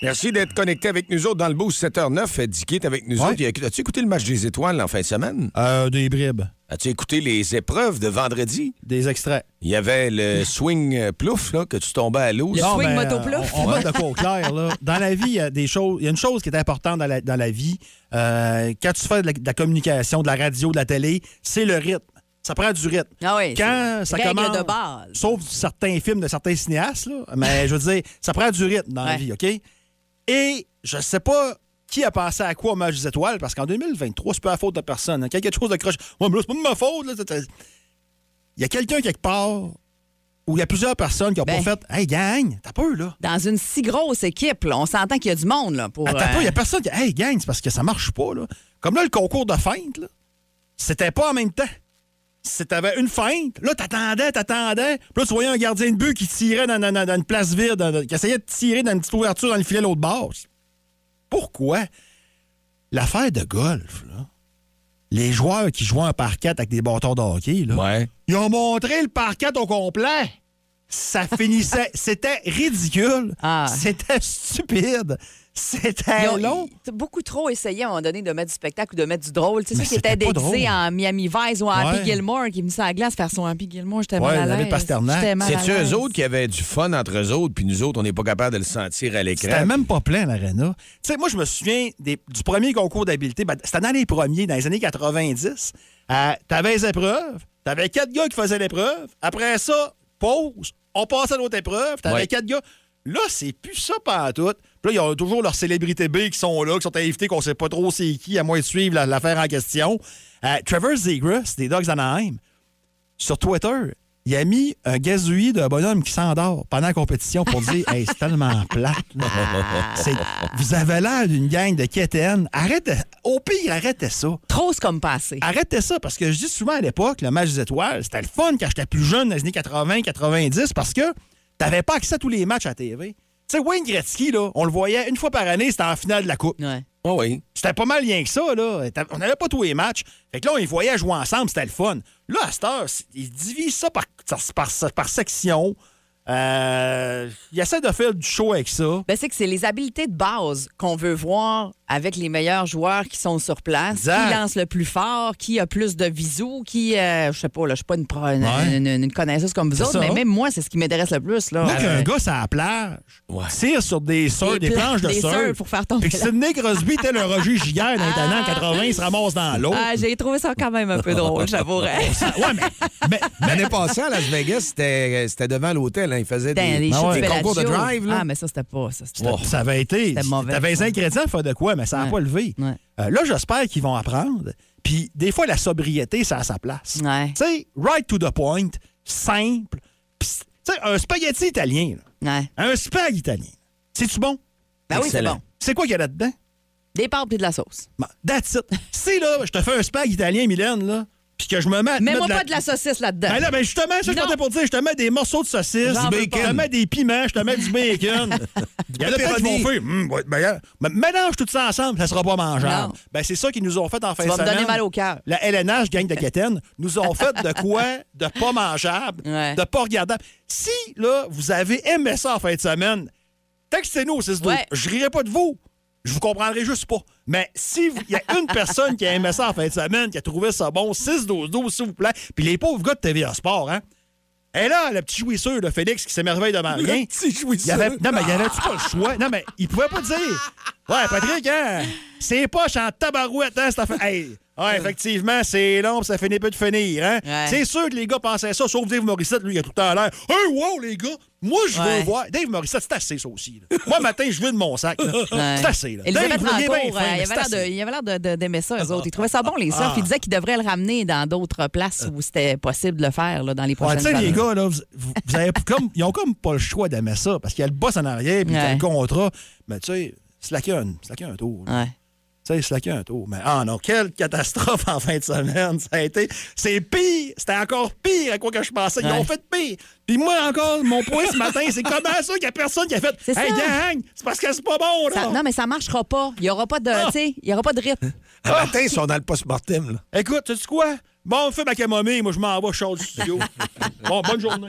[SPEAKER 3] Merci d'être connecté avec nous autres dans le boost 7h09. Dicky est avec nous
[SPEAKER 5] Ouais.
[SPEAKER 3] autres. Et As-tu écouté le match des étoiles en fin de semaine?
[SPEAKER 5] Euh, des bribes.
[SPEAKER 3] As-tu écouté les épreuves de vendredi?
[SPEAKER 5] Des extraits.
[SPEAKER 3] Il y avait le swing euh, plouf, là, que tu tombais à l'eau.
[SPEAKER 4] Le
[SPEAKER 3] Non,
[SPEAKER 4] swing
[SPEAKER 5] ben,
[SPEAKER 4] motoplouf.
[SPEAKER 5] On, on va de quoi au clair. Là. Dans la vie, il y a des choses. Il y a une chose qui est importante dans la, dans la vie. Euh, quand tu fais de la, de la communication, de la radio, de la télé, c'est le rythme. Ça prend du rythme.
[SPEAKER 4] Ah oui,
[SPEAKER 5] quand
[SPEAKER 4] c'est-
[SPEAKER 5] ça
[SPEAKER 4] règle
[SPEAKER 5] commence,
[SPEAKER 4] de base.
[SPEAKER 5] sauf certains films de certains cinéastes, là, mais je veux dire, ça prend du rythme dans la
[SPEAKER 4] Ouais.
[SPEAKER 5] vie, OK? Et je sais pas qui a pensé à quoi au Match des Étoiles, parce qu'en 2023, c'est pas la faute de personne. hein. Quand il y a quelque chose de croche, ouais, mais là, c'est pas de ma faute. là, c'est- c'est- Il y a quelqu'un quelque part où il y a plusieurs personnes qui ont
[SPEAKER 4] Ben.
[SPEAKER 5] pas fait Hey, gang, t'as peur, là.
[SPEAKER 4] Dans une si grosse équipe, là, on s'entend qu'il y a du monde là, pour.
[SPEAKER 5] Attends pas, il n'y
[SPEAKER 4] euh,
[SPEAKER 5] a personne qui. Hey, gang, c'est parce que ça marche pas, là. Comme là, le concours de feinte, là, c'était pas en même temps. Si t'avais une feinte, là, t'attendais, t'attendais. Puis là, tu voyais un gardien de but qui tirait dans, dans- dans- dans une place vide, dans- qui essayait de tirer dans une petite ouverture dans le filet de l'autre bord. Pourquoi? L'affaire de golf, là. Les joueurs qui jouaient en par quatre avec des bâtons de hockey, là.
[SPEAKER 3] Ouais.
[SPEAKER 5] Ils ont montré le parquet au complet. Ça finissait. C'était ridicule.
[SPEAKER 4] Ah.
[SPEAKER 5] C'était stupide.
[SPEAKER 4] ils
[SPEAKER 5] C'était
[SPEAKER 4] ont-
[SPEAKER 5] long.
[SPEAKER 4] ils ont beaucoup trop essayé à un moment donné de mettre du spectacle ou de mettre du drôle. Tu sais,
[SPEAKER 5] Mais
[SPEAKER 4] ceux qui étaient
[SPEAKER 5] c'était pas
[SPEAKER 4] déguisés
[SPEAKER 5] drôle.
[SPEAKER 4] en Miami Vice ou en Happy
[SPEAKER 5] Ouais.
[SPEAKER 4] Gilmore, qui me venaient sur la glace faire son Happy Gilmore, j'étais
[SPEAKER 5] Ouais,
[SPEAKER 4] mal à
[SPEAKER 5] David
[SPEAKER 4] l'aise.
[SPEAKER 5] Pasternak.
[SPEAKER 4] J'étais mal à
[SPEAKER 3] C'est-tu
[SPEAKER 4] l'aise.
[SPEAKER 3] eux autres qui avaient du fun entre eux autres, puis nous autres, on n'est pas capable de le sentir à l'écran?
[SPEAKER 5] C'était même pas plein, l'aréna. Tu sais, moi, je me souviens des- du premier concours d'habileté. Ben, c'était dans les premiers, dans les années 90. Euh, t'avais les épreuves. T'avais quatre gars qui faisaient l'épreuve. Après ça, pause. On passait à l'autre épreuve. T'avais
[SPEAKER 3] Ouais.
[SPEAKER 5] quatre gars. Là, c'est plus ça pantoute. Puis là, il y a toujours leurs célébrités B qui sont là, qui sont invités, qu'on sait pas trop c'est qui, à moins de suivre la- l'affaire en question. Euh, Trevor Zegras, des Dogs d'Anaheim, sur Twitter, il a mis un gazouillis d'un bonhomme qui s'endort pendant la compétition pour dire Hey, c'est tellement plate. là. C'est- Vous avez l'air d'une gang de quétaines. Arrêtez. Au pire, arrêtez ça.
[SPEAKER 4] Trop c'est comme passé.
[SPEAKER 5] Arrêtez ça, parce que je dis souvent à l'époque, le match des étoiles, c'était le fun quand j'étais plus jeune, dans les années 80, 90, parce que t'avais pas accès à tous les matchs à TV. Tu sais, Wayne Gretzky, là, on le voyait une fois par année, c'était en finale de la Coupe.
[SPEAKER 4] Ouais.
[SPEAKER 3] Ah oui.
[SPEAKER 5] C'était pas mal rien que ça, là. T'as- On n'avait pas tous les matchs. Fait que là, on les voyait jouer ensemble, c'était le fun. Là, à cette heure, c'est- ils divisent ça par, par, par section. Euh, ils essaient de faire du show avec ça.
[SPEAKER 4] Ben, c'est que c'est les habiletés de base qu'on veut voir avec les meilleurs joueurs qui sont sur place.
[SPEAKER 5] Exact.
[SPEAKER 4] Qui lance le plus fort, qui a plus de visu, qui, euh, je sais pas, là, je suis pas une, pro- une-
[SPEAKER 5] Ouais.
[SPEAKER 4] une- une connaisseuse comme vous
[SPEAKER 5] C'est
[SPEAKER 4] autres,
[SPEAKER 5] ça.
[SPEAKER 4] mais même moi, c'est ce qui m'intéresse le plus. Là.
[SPEAKER 5] Moi, qu'un
[SPEAKER 4] Euh,
[SPEAKER 5] gars, sur la plage,
[SPEAKER 3] Ouais.
[SPEAKER 5] tire sur des surfs, des,
[SPEAKER 4] pla-
[SPEAKER 5] planches de
[SPEAKER 4] des
[SPEAKER 5] surf.
[SPEAKER 4] surfs pour faire tomber
[SPEAKER 5] Puis que
[SPEAKER 4] la-
[SPEAKER 5] Sidney Crosby, tel un Roger Giguère dans les années 80, il se ramasse dans l'eau.
[SPEAKER 4] Ah, j'ai trouvé ça quand même un peu drôle, j'avouerais.
[SPEAKER 5] Oh. ouais, mais, mais, mais
[SPEAKER 3] L'année passée, à Las Vegas, c'était c'était devant l'hôtel. hein. Ils faisaient
[SPEAKER 4] Putain,
[SPEAKER 3] des,
[SPEAKER 4] les shows
[SPEAKER 3] des
[SPEAKER 4] de
[SPEAKER 3] concours de
[SPEAKER 4] Bellagio.
[SPEAKER 3] drive. Là.
[SPEAKER 4] Ah, mais ça, c'était pas ça. c'était-
[SPEAKER 3] Oh.
[SPEAKER 5] Ça avait été.
[SPEAKER 4] C'était mauvais.
[SPEAKER 5] T'avais les ingrédients pour faire de quoi, mais ça n'a
[SPEAKER 4] Ouais.
[SPEAKER 5] pas levé.
[SPEAKER 4] Ouais.
[SPEAKER 5] Euh, là, j'espère qu'ils vont apprendre. Puis, des fois, la sobriété, ça a sa place.
[SPEAKER 4] Ouais.
[SPEAKER 5] Tu sais, right to the point, simple. Puis, Tu sais, un spaghetti italien, là.
[SPEAKER 4] Ouais.
[SPEAKER 5] un spag italien, c'est-tu bon?
[SPEAKER 4] Ben oui, c'est
[SPEAKER 3] Excellent.
[SPEAKER 4] bon.
[SPEAKER 5] C'est quoi qu'il y a là-dedans?
[SPEAKER 4] Des pâtes et de la sauce.
[SPEAKER 5] Bon, That's it. Si là, je te fais un spag italien, Mylène, là, puis que je me mets. à te
[SPEAKER 4] Mets-moi
[SPEAKER 5] mettre
[SPEAKER 4] pas de la saucisse là-dedans.
[SPEAKER 5] Ben là, ben justement, ça, je
[SPEAKER 4] Non.
[SPEAKER 5] tentais pour dire, je te mets des morceaux de saucisse,
[SPEAKER 4] J'en
[SPEAKER 5] du
[SPEAKER 4] veux
[SPEAKER 5] bacon,
[SPEAKER 4] pas.
[SPEAKER 5] je te mets des piments, je te mets du bacon. Il y en a peut-être qui vont
[SPEAKER 3] pepperoni.
[SPEAKER 5] faire, Hum, ouais, ben, regarde, ben, mélange tout ça ensemble, ça sera pas mangeable.
[SPEAKER 4] Non.
[SPEAKER 5] Ben c'est ça qu'ils nous ont fait en fin
[SPEAKER 4] Tu
[SPEAKER 5] de
[SPEAKER 4] vas me donner
[SPEAKER 5] semaine.
[SPEAKER 4] mal au cœur.
[SPEAKER 5] La LNH, gang de Quétaine, nous ont fait de quoi de pas mangeable,
[SPEAKER 4] Ouais.
[SPEAKER 5] de pas regardable. Si, là, vous avez aimé ça en fin de semaine, textez-nous au 6
[SPEAKER 4] Ouais.
[SPEAKER 5] Je rirai pas de vous. Je vous comprendrai juste pas. Mais si il y a une personne qui a aimé ça en fin de semaine, qui a trouvé ça bon, 6-12-12, s'il vous plaît. Puis les pauvres gars de TVA Sport, hein. Et là, le petit jouisseux de Félix qui s'émerveille devant rien.
[SPEAKER 3] petit jouisseux.
[SPEAKER 5] Il y avait... Non, mais il y avait-tu pas le choix? Non, mais il pouvait pas dire. Ouais, Patrick, hein? C'est poche en tabarouette, hein, cette affaire. Hey! Ouais, effectivement, c'est long, puis ça finit peu de finir, hein?
[SPEAKER 4] Ouais.
[SPEAKER 5] C'est sûr que les gars pensaient ça, sauf Dave Morissette, lui, il a tout le temps à l'air. Hey, wow, les gars! Moi, je veux
[SPEAKER 4] Ouais.
[SPEAKER 5] voir. Dave Morissette, c'est assez, ça aussi. là. Moi, matin, je veux de mon sac. là.
[SPEAKER 4] Ouais.
[SPEAKER 5] C'est assez, là.
[SPEAKER 4] Elisabeth
[SPEAKER 5] Dave, il est
[SPEAKER 4] Rancourt,
[SPEAKER 5] bien fin,
[SPEAKER 4] euh, il
[SPEAKER 5] mais
[SPEAKER 4] avait
[SPEAKER 5] c'est
[SPEAKER 4] l'air de-
[SPEAKER 5] assez. Ah.
[SPEAKER 4] il avait l'air de- de- d'aimer ça, eux autres. Ils trouvaient ça bon, les surfs. Ils disaient qu'ils devraient le ramener dans d'autres places où c'était possible de le faire là, dans les
[SPEAKER 5] Euh. Ouais,
[SPEAKER 4] prochaines
[SPEAKER 5] tu sais, les
[SPEAKER 4] années.
[SPEAKER 5] gars, là, vous, vous- vous avez comme, ils ont comme pas le choix d'aimer ça, parce qu'il y a le boss en arrière, puis il y a
[SPEAKER 4] Ouais.
[SPEAKER 5] le contrat. Mais tu sais, slacker un, slacker un tour. là.
[SPEAKER 4] Ouais.
[SPEAKER 5] Tu sais, slacker un tour. Mais ah non, quelle catastrophe en fin de semaine. Ça a été. C'est pire. C'était encore pire à quoi que je pensais. Ils
[SPEAKER 4] Ouais.
[SPEAKER 5] ont fait pire. Puis moi, encore, mon point ce matin, c'est comment ça qu'il n'y a personne qui a fait.
[SPEAKER 4] C'est
[SPEAKER 5] hey,
[SPEAKER 4] ça.
[SPEAKER 5] gang, c'est parce que c'est pas bon, là.
[SPEAKER 4] Ça- non, mais ça marchera pas. Il y aura pas de,
[SPEAKER 5] Ah.
[SPEAKER 4] tu sais, il y aura pas de rythme.
[SPEAKER 3] Le matin, ils sont dans le post-mortem. là.
[SPEAKER 5] Écoute, tu sais quoi? Bon, fais ma camomille. Moi, je m'en vais, je sors du studio. bon, bonne journée.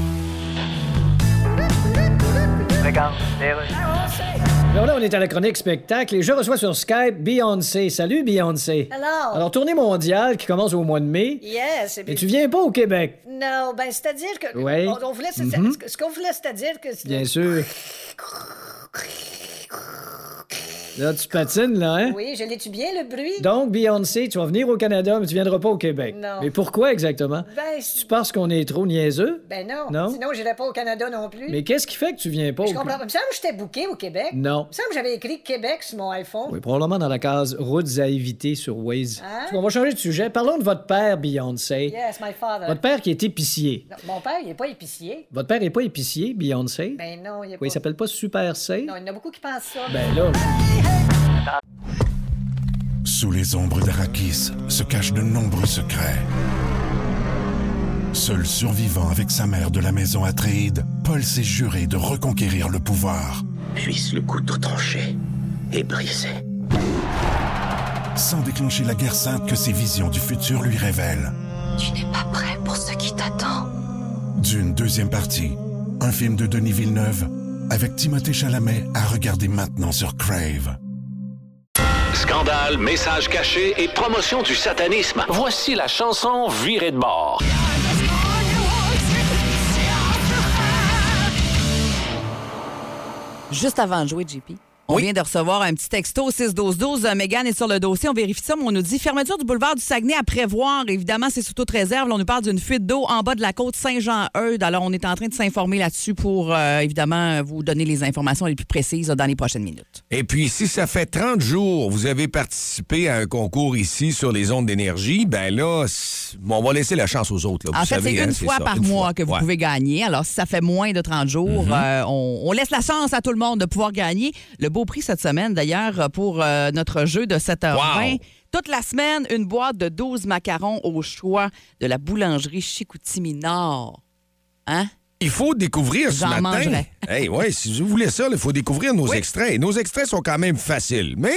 [SPEAKER 7] Alors là, on est à la chronique spectacle et je reçois sur Skype Beyoncé. Salut Beyoncé.
[SPEAKER 8] Hello.
[SPEAKER 7] Alors, tournée mondiale qui commence au mois de mai.
[SPEAKER 8] Yes. Et
[SPEAKER 7] Et
[SPEAKER 8] puis,
[SPEAKER 7] tu viens pas au Québec,
[SPEAKER 8] Non, ben, c'est-à-dire que.
[SPEAKER 7] Ouais. Mm-hmm.
[SPEAKER 8] On, on voulait, c'est- c'est- Ce qu'on voulait, c'est-à-dire que.
[SPEAKER 7] bien sûr. Là, tu patines, là, hein?
[SPEAKER 8] Oui, je l'ai-tu bien, le bruit?
[SPEAKER 7] Donc, Beyoncé, tu vas venir au Canada, mais tu viendras pas au Québec.
[SPEAKER 8] Non.
[SPEAKER 7] Mais pourquoi exactement?
[SPEAKER 8] Ben, c'est-
[SPEAKER 7] Tu penses qu'on est trop niaiseux?
[SPEAKER 8] ben non.
[SPEAKER 7] Non?
[SPEAKER 8] Sinon, j'irais pas au Canada non plus.
[SPEAKER 7] Mais qu'est-ce qui fait que tu viens pas
[SPEAKER 8] je
[SPEAKER 7] au
[SPEAKER 8] comprends pas. Il me semble que j'étais booké au Québec.
[SPEAKER 7] Non.
[SPEAKER 8] Il me semble que j'avais écrit Québec sur mon iPhone.
[SPEAKER 7] Oui, probablement dans la case routes à éviter sur Waze.
[SPEAKER 8] Hein?
[SPEAKER 7] En tout cas, On va changer de sujet. Parlons de votre père, Beyoncé.
[SPEAKER 8] Yes, my father.
[SPEAKER 7] Votre père qui est épicier.
[SPEAKER 8] Non, mon père, il est pas épicier.
[SPEAKER 7] Votre père n'est pas épicier, Beyoncé.
[SPEAKER 8] Ben non, il est
[SPEAKER 7] Oui, il
[SPEAKER 8] pas.
[SPEAKER 7] s'appelle pas Super C.
[SPEAKER 8] Non, il y en a beaucoup qui pensent ça.
[SPEAKER 7] Ben là,
[SPEAKER 9] Sous les ombres d'Arakis se cachent de nombreux secrets. Seul survivant avec sa mère de la maison Atréide, Paul s'est juré de reconquérir le pouvoir,
[SPEAKER 10] puisse le couteau tranché et brisé.
[SPEAKER 9] sans déclencher la guerre sainte que ses visions du futur lui révèlent.
[SPEAKER 10] Tu n'es pas prêt pour ce qui t'attend.
[SPEAKER 9] D'une deuxième partie, un film de Denis Villeneuve, avec Timothée Chalamet à regarder maintenant sur Crave.
[SPEAKER 2] Scandale, messages cachés et promotion du satanisme. Voici la chanson Virée de bord.
[SPEAKER 4] Juste avant de jouer, JP. On vient de recevoir un petit texto 6-12-12. Euh, Mégane est sur le dossier. On vérifie ça, mais on nous dit fermeture du boulevard du Saguenay à prévoir. Évidemment, c'est sous toute réserve. Là, on nous parle d'une fuite d'eau en bas de la côte Saint-Jean-Eudes. Alors, on est en train de s'informer là-dessus pour, euh, évidemment, vous donner les informations les plus précises euh, dans les prochaines minutes.
[SPEAKER 3] Et puis, si ça fait 30 jours, vous avez participé à un concours ici sur les ondes d'énergie, ben là, c'est- bon, on va laisser la chance aux autres. là.
[SPEAKER 4] en
[SPEAKER 3] Vous
[SPEAKER 4] fait,
[SPEAKER 3] savez,
[SPEAKER 4] c'est
[SPEAKER 3] hein,
[SPEAKER 4] une fois
[SPEAKER 3] ça,
[SPEAKER 4] par
[SPEAKER 3] une
[SPEAKER 4] mois
[SPEAKER 3] fois.
[SPEAKER 4] que vous
[SPEAKER 3] Ouais. Mhm.
[SPEAKER 4] pouvez gagner. Alors, si ça fait moins de 30 jours, euh, on, on laisse la chance à tout le monde de pouvoir gagner. Le beau prix cette semaine, d'ailleurs, pour euh, notre jeu de 7h20.
[SPEAKER 3] Wow.
[SPEAKER 4] Toute la semaine, une boîte de 12 macarons au choix de la boulangerie Chicoutimi Nord. Hein?
[SPEAKER 3] Il faut découvrir ce
[SPEAKER 4] J'en
[SPEAKER 3] matin.
[SPEAKER 4] mangerai.
[SPEAKER 3] Hey, ouais, si vous voulez ça, il faut découvrir nos extraits. Nos extraits sont quand même faciles, mais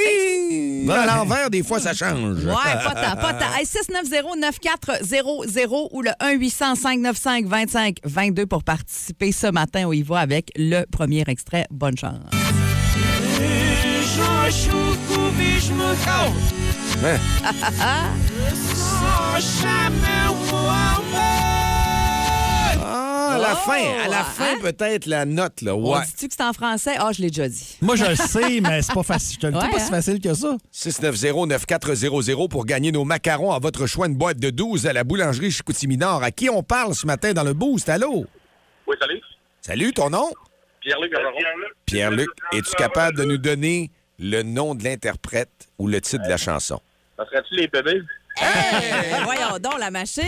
[SPEAKER 3] à l'envers, des fois, ça change.
[SPEAKER 4] Ouais, pas tant, pas tant. Hey, 690-9400 ou le 1-800-595-2522 pour participer ce matin. On y va avec le premier extrait. Bonne chance.
[SPEAKER 3] Hein? Ah, à la
[SPEAKER 4] Oh,
[SPEAKER 3] fin, à la fin,
[SPEAKER 4] hein?
[SPEAKER 3] peut-être la note, là.
[SPEAKER 4] On
[SPEAKER 3] Ouais.
[SPEAKER 4] dit-tu que c'est en français? Ah, je l'ai déjà dit.
[SPEAKER 5] Moi, je le sais, mais c'est pas facile. Je te le dis
[SPEAKER 4] Ouais,
[SPEAKER 5] pas
[SPEAKER 4] hein?
[SPEAKER 5] si facile que ça.
[SPEAKER 3] 690-9400 pour gagner nos macarons à votre choix, une boîte de 12 à la boulangerie Chicoutimi Nord. À qui on parle ce matin dans le boost? Allô?
[SPEAKER 11] Oui, salut.
[SPEAKER 3] Salut, ton nom?
[SPEAKER 11] Pierre-Luc Bergeron.
[SPEAKER 3] Pierre-Luc, es-tu capable de nous donner le nom de l'interprète ou le titre de la chanson?
[SPEAKER 11] Ça serait-tu les bébés?
[SPEAKER 4] Hey, voyons donc la machine!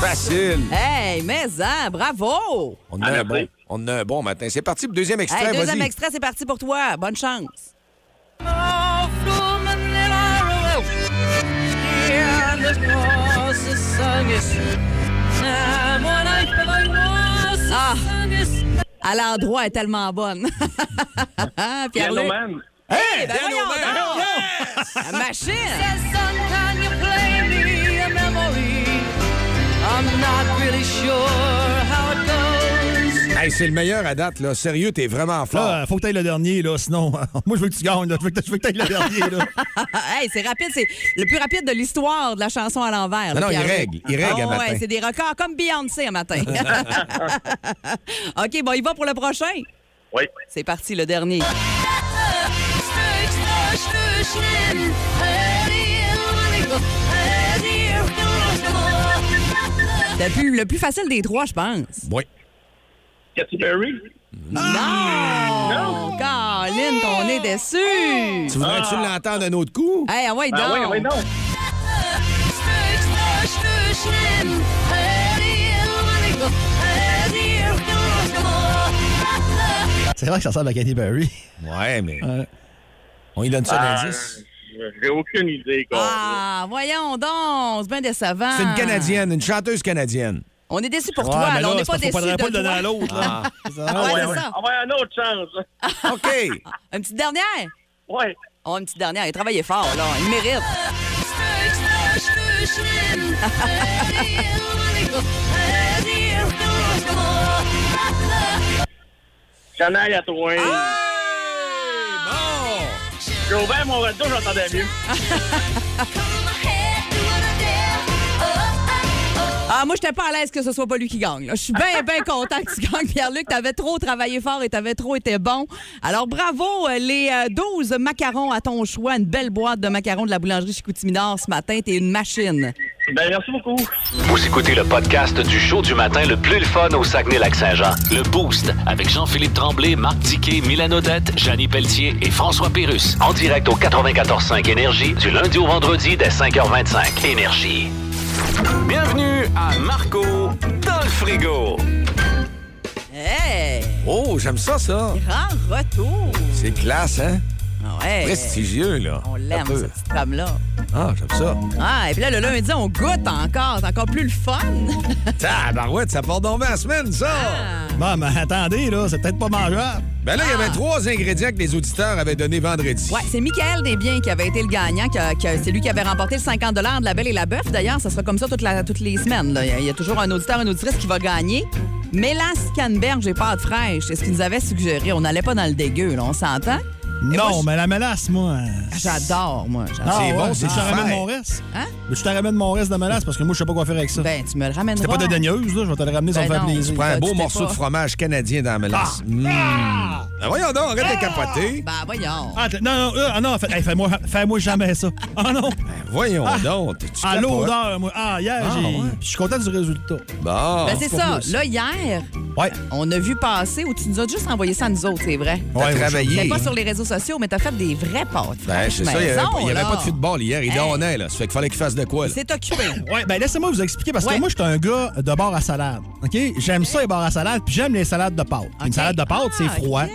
[SPEAKER 3] Facile!
[SPEAKER 4] Hey, mais hein, bravo!
[SPEAKER 3] On en a, un bon, on en a un bon matin. C'est parti pour le deuxième extrait,
[SPEAKER 4] Hey, deuxième
[SPEAKER 3] vas-y.
[SPEAKER 4] extrait, c'est parti pour toi. Bonne chance. Ah! Ah! À l'endroit elle est tellement bonne. Pierre-Luc.
[SPEAKER 11] Man.
[SPEAKER 4] Hey, ben voyons donc! La machine!
[SPEAKER 3] Hey, c'est le meilleur à date, là. Sérieux, t'es vraiment fort.
[SPEAKER 5] Là, euh, faut que t'ailles le dernier, là, sinon. Moi, je veux que tu gagnes, là. Je veux que je veux que t'ailles le dernier, là.
[SPEAKER 4] Hey, c'est rapide, c'est le plus rapide de l'histoire de la chanson à l'envers. là,
[SPEAKER 3] Non, non, il
[SPEAKER 4] Pierre-Luc.
[SPEAKER 3] règle, il règle
[SPEAKER 4] Ah,
[SPEAKER 3] à matin.
[SPEAKER 4] ouais, c'est des records comme Beyoncé un matin. OK, bon, il va pour le prochain.
[SPEAKER 11] Oui.
[SPEAKER 4] C'est parti, le dernier. Le plus, le plus facile des trois, je pense.
[SPEAKER 3] Oui.
[SPEAKER 11] Katy Perry.
[SPEAKER 4] Non! Oh, Caroline, qu'on est déçus!
[SPEAKER 3] Tu voudrais-tu l'entendre un autre coup?
[SPEAKER 4] Hey, ah ouais,
[SPEAKER 11] Ah oui,
[SPEAKER 4] donc!
[SPEAKER 11] oui, non.
[SPEAKER 5] C'est vrai que ça ressemble à Katy Perry.
[SPEAKER 3] Ouais, mais. On lui donne ça
[SPEAKER 11] Ah,
[SPEAKER 3] d'indice.
[SPEAKER 11] J'ai aucune idée. quoi.
[SPEAKER 4] Ah, voyons donc, c'est bien décevant.
[SPEAKER 3] C'est une Canadienne, une chanteuse canadienne.
[SPEAKER 4] On est déçus pour toi, alors on n'est pas déçus de
[SPEAKER 5] pas le donner
[SPEAKER 4] toi.
[SPEAKER 5] à l'autre. là.
[SPEAKER 3] Ah.
[SPEAKER 4] Ah ouais, c'est ça.
[SPEAKER 11] Envoie un autre chance.
[SPEAKER 3] OK.
[SPEAKER 4] Une petite dernière?
[SPEAKER 11] Ouais.
[SPEAKER 4] Oh, une petite dernière. Il travaillait fort, là. Il mérite.
[SPEAKER 11] Canaille à toi.
[SPEAKER 4] Ah.
[SPEAKER 3] Bon!
[SPEAKER 11] J'ai ouvert mon radio, j'entendais mieux.
[SPEAKER 4] Ah, moi, j'étais pas à l'aise que ce soit pas lui qui gagne. là. Je suis bien, bien content que tu gagnes, Pierre-Luc. T'avais trop travaillé fort et t'avais trop été bon. Alors, bravo, euh, les euh, 12 macarons à ton choix. Une belle boîte de macarons de la boulangerie chez Coutimidor ce matin. T'es une machine.
[SPEAKER 11] Ben, merci beaucoup.
[SPEAKER 2] Vous écoutez le podcast du show du matin le plus le fun au Saguenay-Lac-Saint-Jean. Le Boost avec Jean-Philippe Tremblay, Marc Diquet, Milan Odette, Janine Pelletier et François Pérus. En direct au 94.5 Énergie du lundi au vendredi dès 5h25. Énergie. Bienvenue à Marco dans le frigo.
[SPEAKER 4] Hey!
[SPEAKER 3] Oh, j'aime ça, ça.
[SPEAKER 4] Grand Eh, retour!
[SPEAKER 3] C'est classe, hein?
[SPEAKER 4] Ah Ouais.
[SPEAKER 3] Prestigieux, là.
[SPEAKER 4] On
[SPEAKER 3] Un
[SPEAKER 4] l'aime,
[SPEAKER 3] peu.
[SPEAKER 4] cette petite femme-là.
[SPEAKER 3] Ah, j'aime ça.
[SPEAKER 4] Ah, et puis là, le lundi, on goûte encore. C'est encore plus le fun.
[SPEAKER 3] Ah, barouette, ça part dans la semaine,
[SPEAKER 4] Ah.
[SPEAKER 3] ça.
[SPEAKER 5] Ah. Bon, mais attendez, là, c'est peut-être pas mangeable.
[SPEAKER 3] Ben là, il y avait trois ingrédients que les auditeurs avaient donnés vendredi.
[SPEAKER 4] Ouais, c'est Michael Desbiens qui avait été le gagnant. qui a- qui a- c'est lui qui avait remporté le 50 de la Belle et la Bœuf. D'ailleurs, ça sera comme ça toute la- toutes les semaines. là. Il y a- il y, a toujours un auditeur, une auditrice qui va gagner. Mélasse canneberge et pâtes fraîches, c'est ce qu'ils nous avaient suggéré. On n'allait pas dans le dégueu, là, on s'entend?
[SPEAKER 5] Non, mais la mélasse, moi.
[SPEAKER 4] Ah, J'adore, moi. j'adore.
[SPEAKER 5] Ah,
[SPEAKER 3] C'est bon,
[SPEAKER 5] ouais,
[SPEAKER 3] c'est
[SPEAKER 5] Je te
[SPEAKER 3] fait.
[SPEAKER 5] ramène mon reste.
[SPEAKER 4] Hein?
[SPEAKER 5] Mais Je te ramène mon reste de mélasse parce que moi, je sais pas quoi faire avec ça.
[SPEAKER 4] Ben, tu me le ramènes.
[SPEAKER 5] T'es pas de daigneuse, là. Je vais te le ramener, ça
[SPEAKER 4] Ben
[SPEAKER 5] me fait
[SPEAKER 4] non.
[SPEAKER 5] plaisir.
[SPEAKER 3] Prends un
[SPEAKER 4] tu
[SPEAKER 3] beau
[SPEAKER 4] t'es
[SPEAKER 3] morceau
[SPEAKER 4] pas. Ah.
[SPEAKER 3] de fromage canadien dans la mélasse. Mm. Ben voyons donc, arrête de capoter.
[SPEAKER 4] Ben, voyons.
[SPEAKER 5] Ah, t'es- non, non, euh, ah, non, fait- hey, fais-moi fais-moi jamais ça. Ah non!
[SPEAKER 3] Ben Voyons
[SPEAKER 5] Ah.
[SPEAKER 3] donc. t'es-tu
[SPEAKER 5] À
[SPEAKER 3] capote?
[SPEAKER 5] l'odeur, moi. Ah, hier,
[SPEAKER 3] Ah,
[SPEAKER 5] j'ai.
[SPEAKER 3] ouais.
[SPEAKER 5] Je suis content du résultat.
[SPEAKER 3] Bon.
[SPEAKER 4] Ben, c'est
[SPEAKER 5] pas
[SPEAKER 4] ça.
[SPEAKER 5] plus.
[SPEAKER 4] Là, hier,
[SPEAKER 5] Ouais.
[SPEAKER 4] on a vu passer, ou tu nous as juste envoyé ça à nous autres, c'est vrai.
[SPEAKER 3] T'as
[SPEAKER 5] Ouais,
[SPEAKER 4] T'es
[SPEAKER 3] travaillé.
[SPEAKER 4] pas sur les réseaux sociaux, mais t'as fait des vrais pâtes
[SPEAKER 3] Ben,
[SPEAKER 4] fraîches
[SPEAKER 3] c'est ça, il n'y avait,
[SPEAKER 4] maison,
[SPEAKER 3] pas- il y avait
[SPEAKER 4] là.
[SPEAKER 3] pas de Euh. football hier. Il
[SPEAKER 4] Hey.
[SPEAKER 3] donnait, là. Ça fait qu'il fallait qu'il fasse de quoi, là.
[SPEAKER 4] C'est occupé.
[SPEAKER 5] Ouais, ben laissez-moi vous expliquer parce que
[SPEAKER 4] Ouais.
[SPEAKER 5] moi, je suis un gars de bar à salade. OK? J'aime ça, les bars à salade, puis j'aime les salades de pâtes. Une
[SPEAKER 4] OK.
[SPEAKER 5] salade de pâtes, c'est
[SPEAKER 4] Ah,
[SPEAKER 5] froid.
[SPEAKER 4] OK.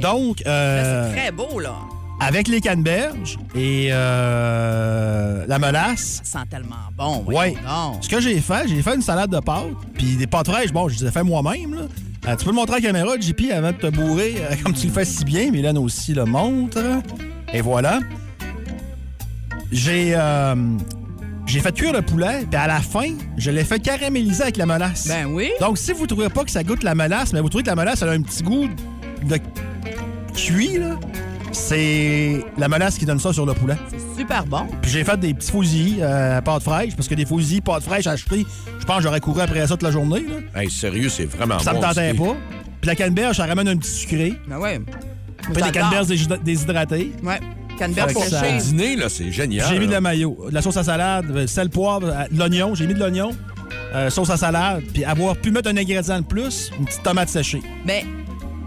[SPEAKER 5] Donc,
[SPEAKER 4] Ben,
[SPEAKER 5] euh,
[SPEAKER 4] C'est très beau, là.
[SPEAKER 5] avec les canneberges et euh, la molasse,
[SPEAKER 4] Ça sent tellement bon.
[SPEAKER 5] Ouais.
[SPEAKER 4] voyons donc.
[SPEAKER 5] Ce que j'ai fait, j'ai fait une salade de pâtes, puis des pâtes fraîches, bon, je les ai fait moi-même. là. Euh, tu peux le montrer à la caméra, JP, avant de te bourrer, euh, comme tu le fais si bien. Mylène aussi le montre. Et voilà. J'ai euh, j'ai fait cuire le poulet, puis à la fin, je l'ai fait caraméliser avec la molasse.
[SPEAKER 4] Ben oui.
[SPEAKER 5] Donc, si vous trouvez pas que ça goûte la molasse, mais vous trouvez que la molasse, elle a un petit goût de cuit, là, c'est la molasse qui donne ça sur le poulet.
[SPEAKER 4] Super bon.
[SPEAKER 5] Puis j'ai fait des petits fausillis euh, pâtes fraîches, parce que des fausillis pâtes fraîches achetées, je pense que j'aurais couru après ça toute la journée. là.
[SPEAKER 3] Hey, sérieux, c'est vraiment
[SPEAKER 5] ça
[SPEAKER 3] bon.
[SPEAKER 5] me tentait
[SPEAKER 3] c'est-
[SPEAKER 5] pas. Puis la canneberge, ça ramène un petit sucré.
[SPEAKER 4] Ben oui.
[SPEAKER 5] Puis des canneberges dés- déshydratées.
[SPEAKER 4] Ouais. Canneberge
[SPEAKER 5] Fait que ça-
[SPEAKER 4] séchée.
[SPEAKER 3] Dîner, là, c'est génial.
[SPEAKER 5] Puis J'ai mis de
[SPEAKER 3] là.
[SPEAKER 5] la mayo, de la sauce à salade, euh, sel, poivre, euh, l'oignon. J'ai mis de l'oignon, euh, sauce à salade. Puis avoir pu mettre un ingrédient de plus, une petite tomate séchée.
[SPEAKER 4] Mais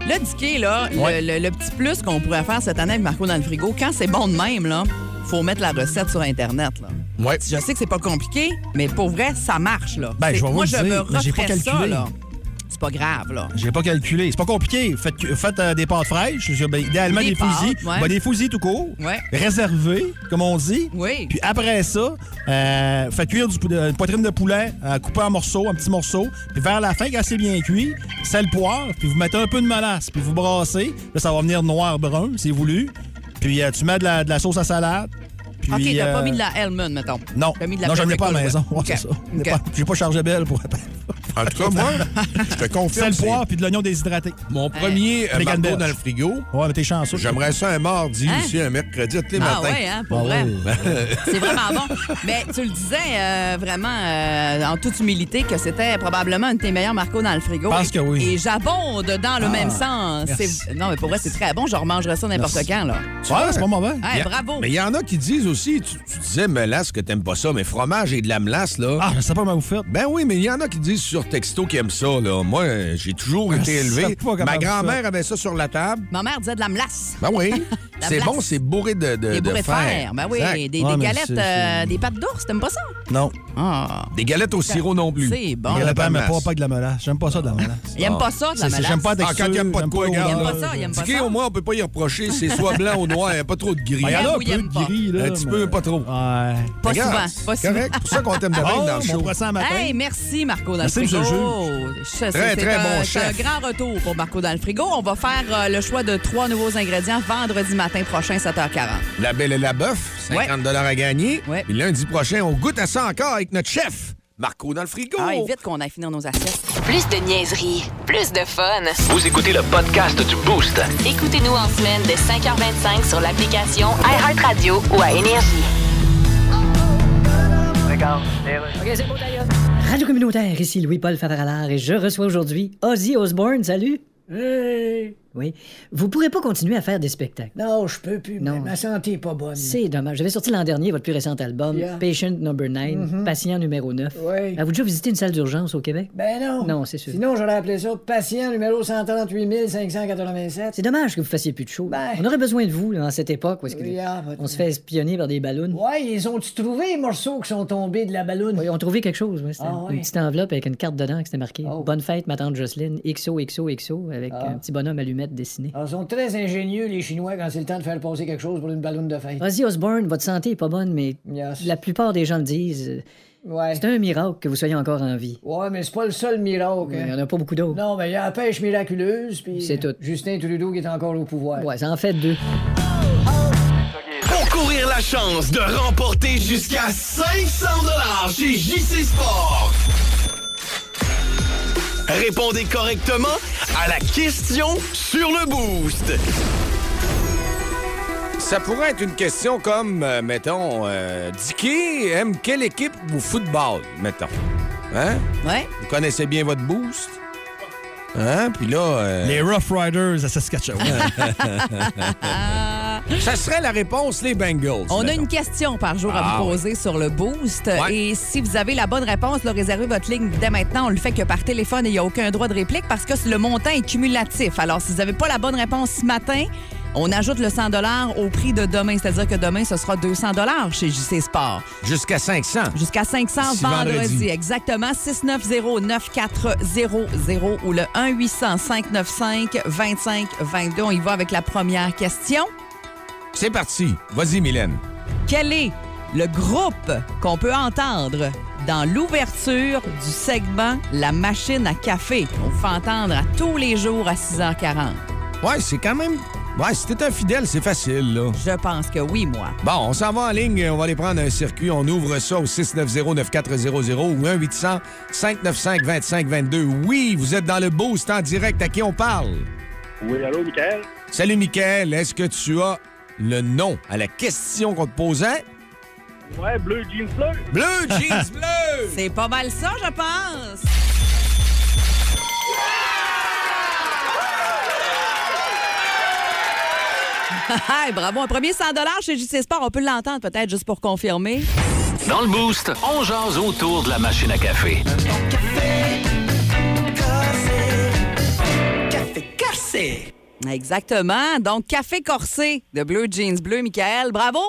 [SPEAKER 4] Ben, là, Dicky, là, le-
[SPEAKER 5] Ouais.
[SPEAKER 4] le, le petit plus qu'on pourrait faire cette année avec Marco dans le frigo, quand c'est bon de même, là, faut mettre la recette sur Internet, là.
[SPEAKER 3] Ouais.
[SPEAKER 4] Je sais que c'est pas compliqué, mais pour vrai, ça marche, là.
[SPEAKER 5] Ben,
[SPEAKER 4] C'est-
[SPEAKER 5] je vais vous
[SPEAKER 4] Moi,
[SPEAKER 5] le
[SPEAKER 4] je
[SPEAKER 5] dire,
[SPEAKER 4] me
[SPEAKER 5] mais j'ai pas
[SPEAKER 4] referais ça,
[SPEAKER 5] calculé.
[SPEAKER 4] là. C'est pas grave, là.
[SPEAKER 5] J'ai pas calculé. C'est pas compliqué. Faites, cu- faites, euh, des pâtes fraîches. Je- ben, idéalement,
[SPEAKER 4] Des
[SPEAKER 5] des,
[SPEAKER 4] pâtes,
[SPEAKER 5] fousilles.
[SPEAKER 4] ouais.
[SPEAKER 5] Ben, des fousilles tout court.
[SPEAKER 4] Ouais.
[SPEAKER 5] Réservées, comme on dit.
[SPEAKER 4] Oui.
[SPEAKER 5] Puis après ça, euh, faites cuire du pou- de- une poitrine de poulet, euh, coupée en morceaux, un petit morceau. Puis vers la fin, quand c'est bien cuit, sel, poivre, puis vous mettez un peu de molasse, puis vous brassez. Là, ça va venir noir-brun, si voulu. Puis euh, tu mets de la, de la sauce à salade. Puis,
[SPEAKER 4] OK, t'as pas
[SPEAKER 5] euh,
[SPEAKER 4] mis de la Hellman, mettons.
[SPEAKER 5] Non,
[SPEAKER 4] T'as mis de la
[SPEAKER 5] non, j'en ai pas à la
[SPEAKER 4] Prosecco,
[SPEAKER 5] maison.
[SPEAKER 4] là.
[SPEAKER 5] Ouais,
[SPEAKER 4] OK.
[SPEAKER 5] c'est ça.
[SPEAKER 4] OK.
[SPEAKER 5] J'ai pas- J'ai pas chargé belle pour...
[SPEAKER 3] En tout cas, moi, je te confirme.
[SPEAKER 5] Sel,
[SPEAKER 3] c'est
[SPEAKER 5] poivre, puis de l'oignon déshydraté.
[SPEAKER 3] Mon premier euh,
[SPEAKER 5] Les
[SPEAKER 3] McDo
[SPEAKER 5] canneberges.
[SPEAKER 3] dans le frigo.
[SPEAKER 5] Ouais, mais t'es chanceux.
[SPEAKER 3] J'aimerais ça un mardi
[SPEAKER 4] Hein?
[SPEAKER 3] aussi, un mercredi, tous
[SPEAKER 4] Ah
[SPEAKER 3] les matins.
[SPEAKER 4] ouais, hein, pour
[SPEAKER 5] Ah
[SPEAKER 4] vrai.
[SPEAKER 5] ouais.
[SPEAKER 4] C'est vraiment bon. Mais tu le disais euh, vraiment euh, en toute humilité que c'était probablement une de tes meilleures Marco dans le frigo.
[SPEAKER 5] Je pense que oui. Ah,
[SPEAKER 4] Et j'abonde dans le même sens.
[SPEAKER 5] merci.
[SPEAKER 4] C'est- Non, mais pour vrai, c'est très bon. Je remangerais ça n'importe
[SPEAKER 5] Merci.
[SPEAKER 4] quand, là.
[SPEAKER 5] Ouais, Ah, c'est pas mauvais.
[SPEAKER 4] Hey,
[SPEAKER 3] Y a-
[SPEAKER 4] bravo.
[SPEAKER 3] Mais il y en a qui disent aussi, tu, tu disais melasse que t'aimes pas ça, mais fromage et de la melasse, là.
[SPEAKER 5] Ah, je sais pas comment vous faites.
[SPEAKER 3] Ben oui, mais il y en a qui disent sur texto qui aiment ça, là. Moi, euh, j'ai toujours
[SPEAKER 5] Ah,
[SPEAKER 3] été
[SPEAKER 5] je sais
[SPEAKER 3] élevé.
[SPEAKER 5] pas comment
[SPEAKER 3] Ma
[SPEAKER 5] vous
[SPEAKER 3] grand-mère avait ça sur la table.
[SPEAKER 4] Ma mère disait de la melasse.
[SPEAKER 3] Ben oui.
[SPEAKER 4] La
[SPEAKER 3] C'est
[SPEAKER 4] blague.
[SPEAKER 3] bon, c'est bourré de,
[SPEAKER 5] Euh,
[SPEAKER 3] de,
[SPEAKER 4] Des
[SPEAKER 3] de
[SPEAKER 4] bourrées de fer. Ben oui,
[SPEAKER 3] Exact.
[SPEAKER 4] des, des galettes, euh, des pâtes d'ours, t'aimes pas ça? Ah,
[SPEAKER 5] Non.
[SPEAKER 3] Des galettes au sirop non plus.
[SPEAKER 4] C'est bon.
[SPEAKER 5] Il y en a pas, mais
[SPEAKER 3] Palmas.
[SPEAKER 5] pas, pas avec de la molasse. J'aime pas ça de la molasse.
[SPEAKER 4] Il aime pas ça, de la
[SPEAKER 5] C'est- c'est- J'aime
[SPEAKER 4] malasse.
[SPEAKER 5] pas la
[SPEAKER 3] Ah,
[SPEAKER 5] texture.
[SPEAKER 3] quand il n'y a pas de quoi,
[SPEAKER 5] j'aime
[SPEAKER 3] regarde.
[SPEAKER 4] Il aime
[SPEAKER 3] là.
[SPEAKER 4] pas ça, il aime pas
[SPEAKER 3] Tiki,
[SPEAKER 4] ça.
[SPEAKER 3] au moins, on peut pas y reprocher. C'est soit blanc ou noir, il n'y a pas trop de gris.
[SPEAKER 5] Il y en
[SPEAKER 4] Aime
[SPEAKER 5] a un
[SPEAKER 4] ou il
[SPEAKER 5] peu
[SPEAKER 4] aime
[SPEAKER 5] de
[SPEAKER 4] pas?
[SPEAKER 5] gris, là.
[SPEAKER 3] Un petit peu,
[SPEAKER 5] mais- Ah.
[SPEAKER 3] pas trop.
[SPEAKER 5] Ouais.
[SPEAKER 4] Pas
[SPEAKER 3] Regarde,
[SPEAKER 4] souvent, pas
[SPEAKER 3] c'est
[SPEAKER 4] souvent.
[SPEAKER 3] correct. C'est pour ça qu'on t'aime de même dans
[SPEAKER 5] Bon,
[SPEAKER 3] le
[SPEAKER 5] Oh, mon
[SPEAKER 3] show.
[SPEAKER 5] croissant matin.
[SPEAKER 4] Hey, merci Marco dans
[SPEAKER 5] Merci,
[SPEAKER 4] le
[SPEAKER 5] monsieur le
[SPEAKER 4] frigo. Je-
[SPEAKER 3] Très,
[SPEAKER 4] c'est-
[SPEAKER 3] très
[SPEAKER 4] c'est
[SPEAKER 3] bon
[SPEAKER 4] un, c'est
[SPEAKER 3] chef.
[SPEAKER 4] un grand retour pour Marco dans le frigo. On va faire euh, le choix de trois nouveaux ingrédients vendredi matin prochain, 7h40.
[SPEAKER 3] La belle et la bœuf, 50 à gagner.
[SPEAKER 4] Ouais.
[SPEAKER 3] Puis lundi prochain, on goûte à ça encore avec notre chef, Marco dans le frigo.
[SPEAKER 4] Ah, et vite qu'on a fini nos assiettes.
[SPEAKER 1] Plus de niaiserie, plus de fun.
[SPEAKER 2] Vous écoutez le podcast du Boost.
[SPEAKER 1] Écoutez-nous en semaine de 5h25 sur l'application iHeartRadio ou à Énergie.
[SPEAKER 8] OK, c'est beau d'ailleurs.
[SPEAKER 7] Radio communautaire, ici Louis-Paul Favaralard et je reçois aujourd'hui Ozzy Osbourne. Salut!
[SPEAKER 11] Hey,
[SPEAKER 7] Oui. Vous pourrez pas continuer à faire des spectacles.
[SPEAKER 11] non, je peux plus.
[SPEAKER 7] Non.
[SPEAKER 11] Ma santé est pas bonne.
[SPEAKER 7] C'est dommage. J'avais sorti l'an dernier votre plus récent album,
[SPEAKER 11] Yeah. Mm-hmm.
[SPEAKER 7] Patient Number 9, Patient numéro 9.
[SPEAKER 11] Oui.
[SPEAKER 7] Avez-vous déjà visité une salle d'urgence au Québec?
[SPEAKER 11] Ben non.
[SPEAKER 7] Non, c'est sûr.
[SPEAKER 11] Sinon, j'aurais appelé ça patient numéro 138 587.
[SPEAKER 7] C'est dommage que vous fassiez plus de show.
[SPEAKER 11] Ben-
[SPEAKER 7] On aurait besoin de vous dans cette époque où est-ce que les-
[SPEAKER 11] Yeah, votre-
[SPEAKER 7] on se fait espionner par des ballons.
[SPEAKER 11] Ouais, ils ont-tu trouvé les morceaux qui sont tombés de la ballonne?
[SPEAKER 7] Oui, on trouvait quelque chose. oui. C'était
[SPEAKER 11] Ah, ouais.
[SPEAKER 7] Une petite enveloppe avec une carte dedans qui c'était marqué
[SPEAKER 11] Oh.
[SPEAKER 7] Bonne fête, ma tante Jocelyne, XO, XO, XO, avec un petit bonhomme allumette dessiné.
[SPEAKER 11] Alors, Ah, ils sont très ingénieux, les Chinois, quand c'est le temps de faire passer quelque chose pour une ballonne de fête.
[SPEAKER 7] Ozzy Osbourne, votre santé est pas bonne, mais
[SPEAKER 11] Yes.
[SPEAKER 7] la plupart des gens le disent. euh,
[SPEAKER 11] Ouais.
[SPEAKER 7] C'est un miracle que vous soyez encore en vie.
[SPEAKER 11] Ouais, mais c'est pas le seul miracle.
[SPEAKER 7] Il
[SPEAKER 11] hein.
[SPEAKER 7] n'y en a pas beaucoup d'autres.
[SPEAKER 11] Non, mais il y a la pêche miraculeuse, puis.
[SPEAKER 7] C'est tout.
[SPEAKER 11] Justin Trudeau qui est encore au pouvoir.
[SPEAKER 7] Ouais, ça en fait deux.
[SPEAKER 12] Pour courir la chance de remporter jusqu'à 500 chez JC Sport. Répondez correctement à la question sur le boost.
[SPEAKER 3] Ça pourrait être une question comme, euh, mettons, euh, Dicky aime quelle équipe au football, mettons. Hein?
[SPEAKER 4] Ouais.
[SPEAKER 3] Vous connaissez bien votre boost? Hein? Puis là, euh,
[SPEAKER 5] Les Rough Riders à Saskatchewan.
[SPEAKER 3] ça serait la réponse, les Bengals.
[SPEAKER 4] On a
[SPEAKER 3] mettons.
[SPEAKER 4] une question par jour à
[SPEAKER 3] Ah,
[SPEAKER 4] vous poser sur le boost.
[SPEAKER 3] Ouais.
[SPEAKER 4] Et si vous avez la bonne réponse, là, réservez votre ligne dès maintenant. On le fait que par téléphone et il n'y a aucun droit de réplique parce que le montant est cumulatif. Alors, si vous n'avez pas la bonne réponse ce matin, on ajoute le 100 au prix de demain. C'est-à-dire que demain, ce sera 200 chez JC Sport.
[SPEAKER 3] Jusqu'à 500.
[SPEAKER 4] Jusqu'à 500
[SPEAKER 3] Si
[SPEAKER 4] vendredi.
[SPEAKER 3] vendredi.
[SPEAKER 4] Exactement. 690-9400 ou le 1-800-595-2522. On y va avec la première question.
[SPEAKER 3] C'est parti. Vas-y, Mylène.
[SPEAKER 4] Quel est le groupe qu'on peut entendre dans l'ouverture du segment La machine à café? On vous fait entendre à tous les jours à 6h40.
[SPEAKER 3] Ouais, c'est quand même... Ouais, si t'es un fidèle, c'est facile, là.
[SPEAKER 4] Je pense que oui, moi.
[SPEAKER 3] Bon, on s'en va en ligne. On va aller prendre un circuit. On ouvre ça au 690-9400 ou 1-800-595-2522. Oui, vous êtes dans le boost en direct. À qui on parle?
[SPEAKER 11] Oui, allô, Michael?
[SPEAKER 3] Salut, Mickaël. Est-ce que tu as le nom à la question qu'on te posait?
[SPEAKER 11] Ouais, bleu, jean bleu.
[SPEAKER 3] Bleu, jeans bleu!
[SPEAKER 4] C'est pas mal ça, je pense. Hey, bravo, un premier 100 chez JC Sport. On peut l'entendre peut-être juste pour confirmer.
[SPEAKER 2] Dans le Boost, on jase autour de la machine à café.
[SPEAKER 4] Exactement. Donc, café corsé de bleu jeans bleu, Michael. Bravo.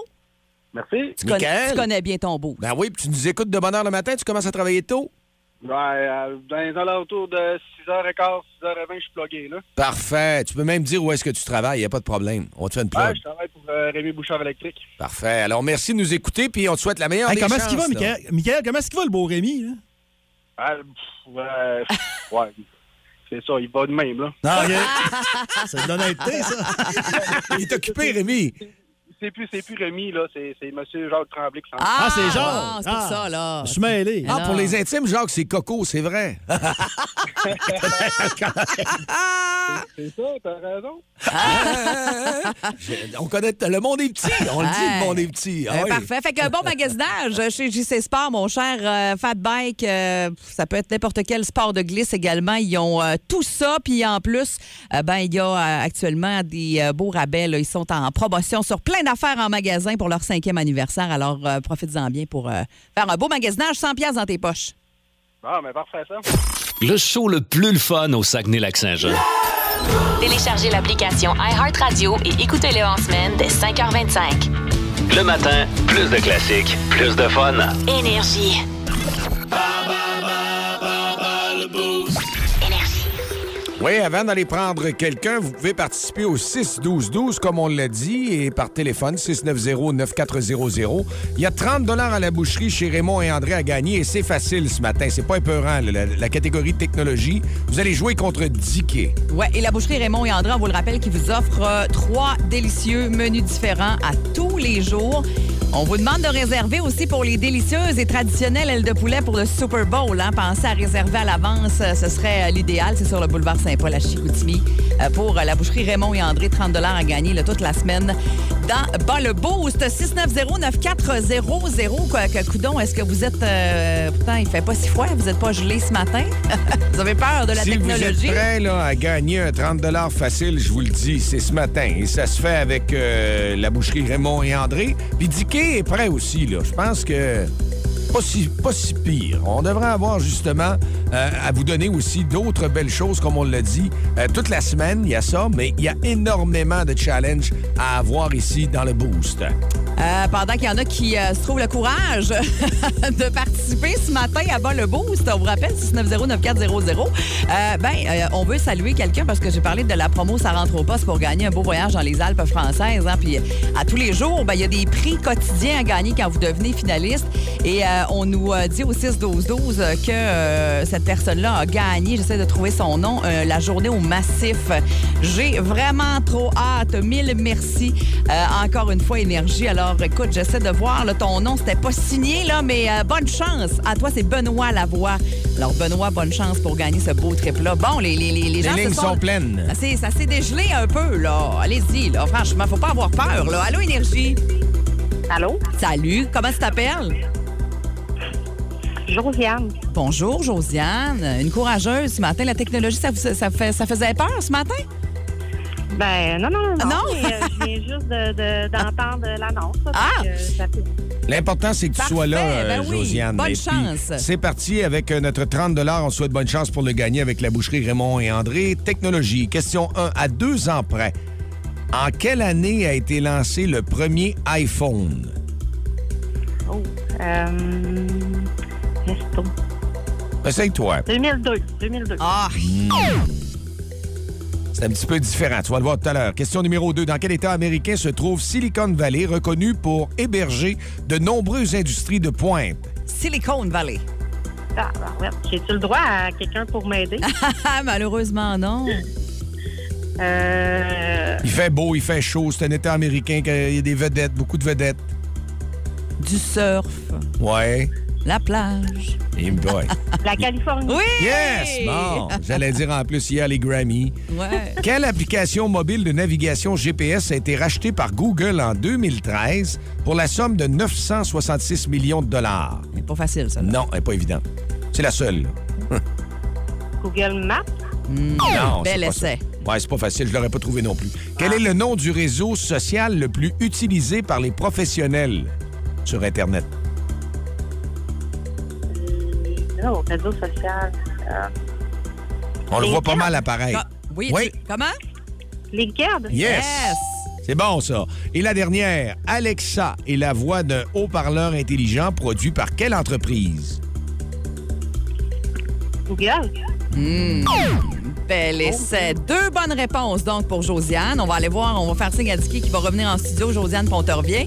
[SPEAKER 11] Merci.
[SPEAKER 4] Tu connais-
[SPEAKER 3] Michael?
[SPEAKER 4] tu connais bien ton beau.
[SPEAKER 3] Ben oui, puis tu nous écoutes de bonne heure le matin. Tu commences à travailler tôt?
[SPEAKER 11] Ouais, euh, dans les alentours de 6h15, 6h20, je suis plugué, là.
[SPEAKER 3] Parfait. Tu peux même dire où est-ce que tu travailles. Il n'y a pas de problème. On te fait une preuve.
[SPEAKER 11] travaille pour euh, Rémi Bouchard Électrique.
[SPEAKER 3] Parfait. Alors, merci de nous écouter, puis on te souhaite la meilleure
[SPEAKER 5] Hey,
[SPEAKER 3] des
[SPEAKER 5] comment
[SPEAKER 3] chances,
[SPEAKER 5] est-ce qu'il va,
[SPEAKER 3] là.
[SPEAKER 5] Michael? Michael, comment est-ce qu'il va, le beau Rémi? hein? là?
[SPEAKER 11] Ah, pff, ouais, pff, ouais. C'est ça, il va de même, là.
[SPEAKER 5] Non, ok. C'est de l'honnêteté, ça.
[SPEAKER 3] Il est occupé, Rémi.
[SPEAKER 11] C'est plus, c'est plus Rémi, là, c'est, c'est monsieur Jacques Tremblay qui s'en
[SPEAKER 4] Ah,
[SPEAKER 5] c'est Jacques.
[SPEAKER 4] bon, c'est pour
[SPEAKER 5] Ah.
[SPEAKER 4] ça, là.
[SPEAKER 5] Je suis mêlé.
[SPEAKER 4] Ah,
[SPEAKER 3] Ah, pour les intimes, Jacques, c'est Coco, c'est vrai.
[SPEAKER 11] C'est ça, t'as raison.
[SPEAKER 3] Je- on connaît le monde est petit. On le dit,
[SPEAKER 4] Ouais.
[SPEAKER 3] le monde est petit. Ah
[SPEAKER 4] Euh,
[SPEAKER 3] oui.
[SPEAKER 4] Parfait. Fait que bon magasinage chez JC Sport, mon cher euh, Fat Bike. euh, ça peut être n'importe quel sport de glisse également. Ils ont euh, tout ça. Puis en plus, euh, ben il y a euh, actuellement des euh, beaux rabais. là. Ils sont en promotion sur plein d'affaires en magasin pour leur cinquième anniversaire. Alors euh, profitez-en bien pour euh, faire un beau magasinage sans pièces dans tes poches.
[SPEAKER 11] Ah, mais parfait, ça.
[SPEAKER 2] Le show le plus le fun au Saguenay-Lac-Saint-Jean.
[SPEAKER 1] Téléchargez l'application iHeartRadio et écoutez-le en semaine dès 5h25.
[SPEAKER 2] Le matin, plus de classiques, plus de fun.
[SPEAKER 1] Énergie.
[SPEAKER 3] Oui, avant d'aller prendre quelqu'un, vous pouvez participer au 6-12-12, comme on l'a dit, et par téléphone, 690-9400. Il y a 30 à la boucherie chez Raymond et André à gagner, et c'est facile ce matin. C'est pas épeurant, là, la, la catégorie technologie. Vous allez jouer contre Dickey.
[SPEAKER 4] Ouais, et la boucherie Raymond et André, on vous le rappelle, qui vous offre euh, trois délicieux menus différents à tous les jours. On vous demande de réserver aussi pour les délicieuses et traditionnelles ailes de poulet pour le Super Bowl. Hein. Pensez à réserver à l'avance, euh, ce serait euh, l'idéal. C'est sur le boulevard Saint-Paul à Chicoutimi euh, pour euh, la boucherie Raymond et André. 30 à gagner là, toute la semaine dans Bas le Boost. 690-9400. Quoi que, Coudon, est-ce que vous êtes... euh, pourtant, il fait pas si froid. Vous n'êtes pas gelé ce matin. vous avez peur de la
[SPEAKER 3] si vous
[SPEAKER 4] technologie.
[SPEAKER 3] êtes prêt là, à gagner un 30 facile, je vous le dis, c'est ce matin. Et ça se fait avec euh, la boucherie Raymond et André. Puis Dicky est prêt aussi. là. Je pense que pas si, pas si pire. On devrait avoir justement euh, à vous donner aussi d'autres belles choses, comme on l'a dit. Euh, toute la semaine, il y a ça, mais il y a énormément de challenges à avoir ici dans le Boost.
[SPEAKER 4] Euh, pendant qu'il y en a qui euh, se trouvent le courage de participer ce matin à Bas le Boost, on vous rappelle 690-9400. Euh, ben, euh, on veut saluer quelqu'un parce que j'ai parlé de la promo Ça rentre au poste pour gagner un beau voyage dans les Alpes françaises. hein. Puis euh, à tous les jours, ben, il y a des prix quotidiens à gagner quand vous devenez finaliste. Et euh, on nous euh, dit au 6-12-12 euh, que euh, cette personne-là a gagné, j'essaie de trouver son nom, euh, la journée au massif. J'ai vraiment trop hâte. Mille merci. Euh, encore une fois, énergie. Alors, écoute, j'essaie de voir. là, ton nom, c'était pas signé, là, mais euh, bonne chance. À toi, c'est Benoît Lavoie. Alors, Benoît, bonne chance pour gagner ce beau trip-là. Bon, les, les, les, les
[SPEAKER 3] Les
[SPEAKER 4] gens se
[SPEAKER 3] lignes sont pleines.
[SPEAKER 4] Ça s'est- Ça s'est dégelé un peu, là. Allez-y, là. Franchement, faut pas avoir peur, là. Allô, énergie.
[SPEAKER 13] Allô?
[SPEAKER 4] Salut. Comment tu t'appelles?
[SPEAKER 13] Josiane.
[SPEAKER 4] Bonjour, Josiane. Une courageuse ce matin. La technologie, ça, vous- ça, fait, ça faisait peur ce matin?
[SPEAKER 13] Ben, non, non, non.
[SPEAKER 4] Non?
[SPEAKER 13] mais, euh, je viens juste de- de- d'entendre l'annonce. Ah!
[SPEAKER 3] L'important, c'est que tu sois là, euh,
[SPEAKER 13] ben oui.
[SPEAKER 3] Josiane.
[SPEAKER 13] Bonne
[SPEAKER 3] Et puis,
[SPEAKER 13] chance.
[SPEAKER 3] C'est parti avec euh, notre 30 On souhaite bonne chance pour le gagner avec la boucherie Raymond et André. Technologie, question 1 à 2 ans près. En quelle année a été lancé le premier iPhone?
[SPEAKER 13] Oh, euh, resto.
[SPEAKER 3] Ben, Essaye-toi.
[SPEAKER 13] 2002. 2002.
[SPEAKER 4] Ah!
[SPEAKER 3] C'est un petit peu différent. Tu vas le voir tout à l'heure. Question numéro 2. Dans quel État américain se trouve Silicon Valley, reconnu pour héberger de nombreuses industries de pointe?
[SPEAKER 4] Silicon Valley.
[SPEAKER 13] Ah, ben, ouais. J'ai-tu le droit à quelqu'un pour m'aider?
[SPEAKER 4] Malheureusement, non.
[SPEAKER 13] Euh,
[SPEAKER 3] Il fait beau, il fait chaud. C'est un État américain. qui a- Il y a des vedettes, beaucoup de vedettes.
[SPEAKER 4] Du surf.
[SPEAKER 3] Ouais.
[SPEAKER 4] La plage.
[SPEAKER 3] Et boy.
[SPEAKER 13] la Californie.
[SPEAKER 4] Oui!
[SPEAKER 3] Yes! Bon, j'allais dire en plus hier les Grammy.
[SPEAKER 4] Ouais.
[SPEAKER 3] Quelle application mobile de navigation GPS a été rachetée par Google en 2013 pour la somme de 966 millions de dollars?
[SPEAKER 4] Pas facile, ça.
[SPEAKER 3] Non, elle est pas évident. C'est la seule. là.
[SPEAKER 13] Google Maps.
[SPEAKER 3] Non,
[SPEAKER 13] bel
[SPEAKER 3] c'est pas
[SPEAKER 13] essai.
[SPEAKER 3] ça. Ouais, c'est pas facile, je l'aurais pas trouvé non plus. Quel est le nom du réseau social le plus utilisé par les professionnels sur Internet?
[SPEAKER 13] Non, Oh, réseau social. Euh,
[SPEAKER 3] On le voit pas
[SPEAKER 13] LinkedIn.
[SPEAKER 3] mal apparaître.
[SPEAKER 13] Co-
[SPEAKER 4] Ah, oui, tu- Comment?
[SPEAKER 13] LinkedIn.
[SPEAKER 3] Yes! C'est bon, ça. Et la dernière, Alexa est la voix d'un haut-parleur intelligent produit par quelle entreprise?
[SPEAKER 13] Google.
[SPEAKER 4] Hmm. Bel essai. Deux bonnes réponses donc pour Josiane. On va aller voir, on va faire signe à Dicky qui va revenir en studio. Josiane Pontorvier.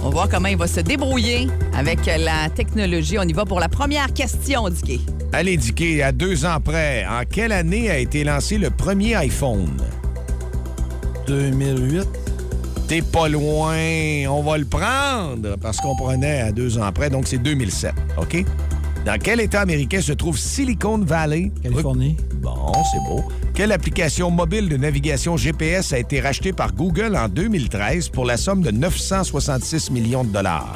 [SPEAKER 4] On va voir comment il va se débrouiller avec la technologie. On y va pour la première question, Dicky.
[SPEAKER 3] Allez, Dicky, à deux ans près, en quelle année a été lancé le premier iPhone? 2008. T'es pas loin. On va le prendre parce qu'on prenait à deux ans près, donc c'est 2007. OK? Dans quel État américain se trouve Silicon Valley? Californie. Bon, c'est beau. Quelle application mobile de navigation GPS a été rachetée par Google en 2013 pour la somme de 966 millions de dollars?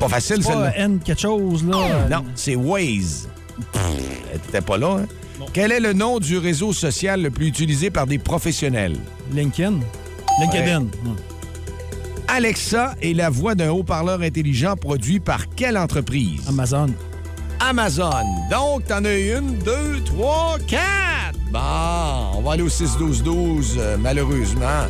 [SPEAKER 3] Pas facile,
[SPEAKER 5] Ah! C'est pas,
[SPEAKER 3] celle-là.
[SPEAKER 5] euh, N quelque chose, là.
[SPEAKER 3] Non, c'est Waze. Pff, T'étais pas là, hein? Quel est le nom du réseau social le plus utilisé par des professionnels?
[SPEAKER 5] LinkedIn. LinkedIn.
[SPEAKER 3] Alexa est la voix d'un haut-parleur intelligent produit par quelle entreprise?
[SPEAKER 5] Amazon.
[SPEAKER 3] Amazon. Donc, t'en as une, deux, trois, quatre. Bon, on On va aller au 6-12-12, euh, malheureusement.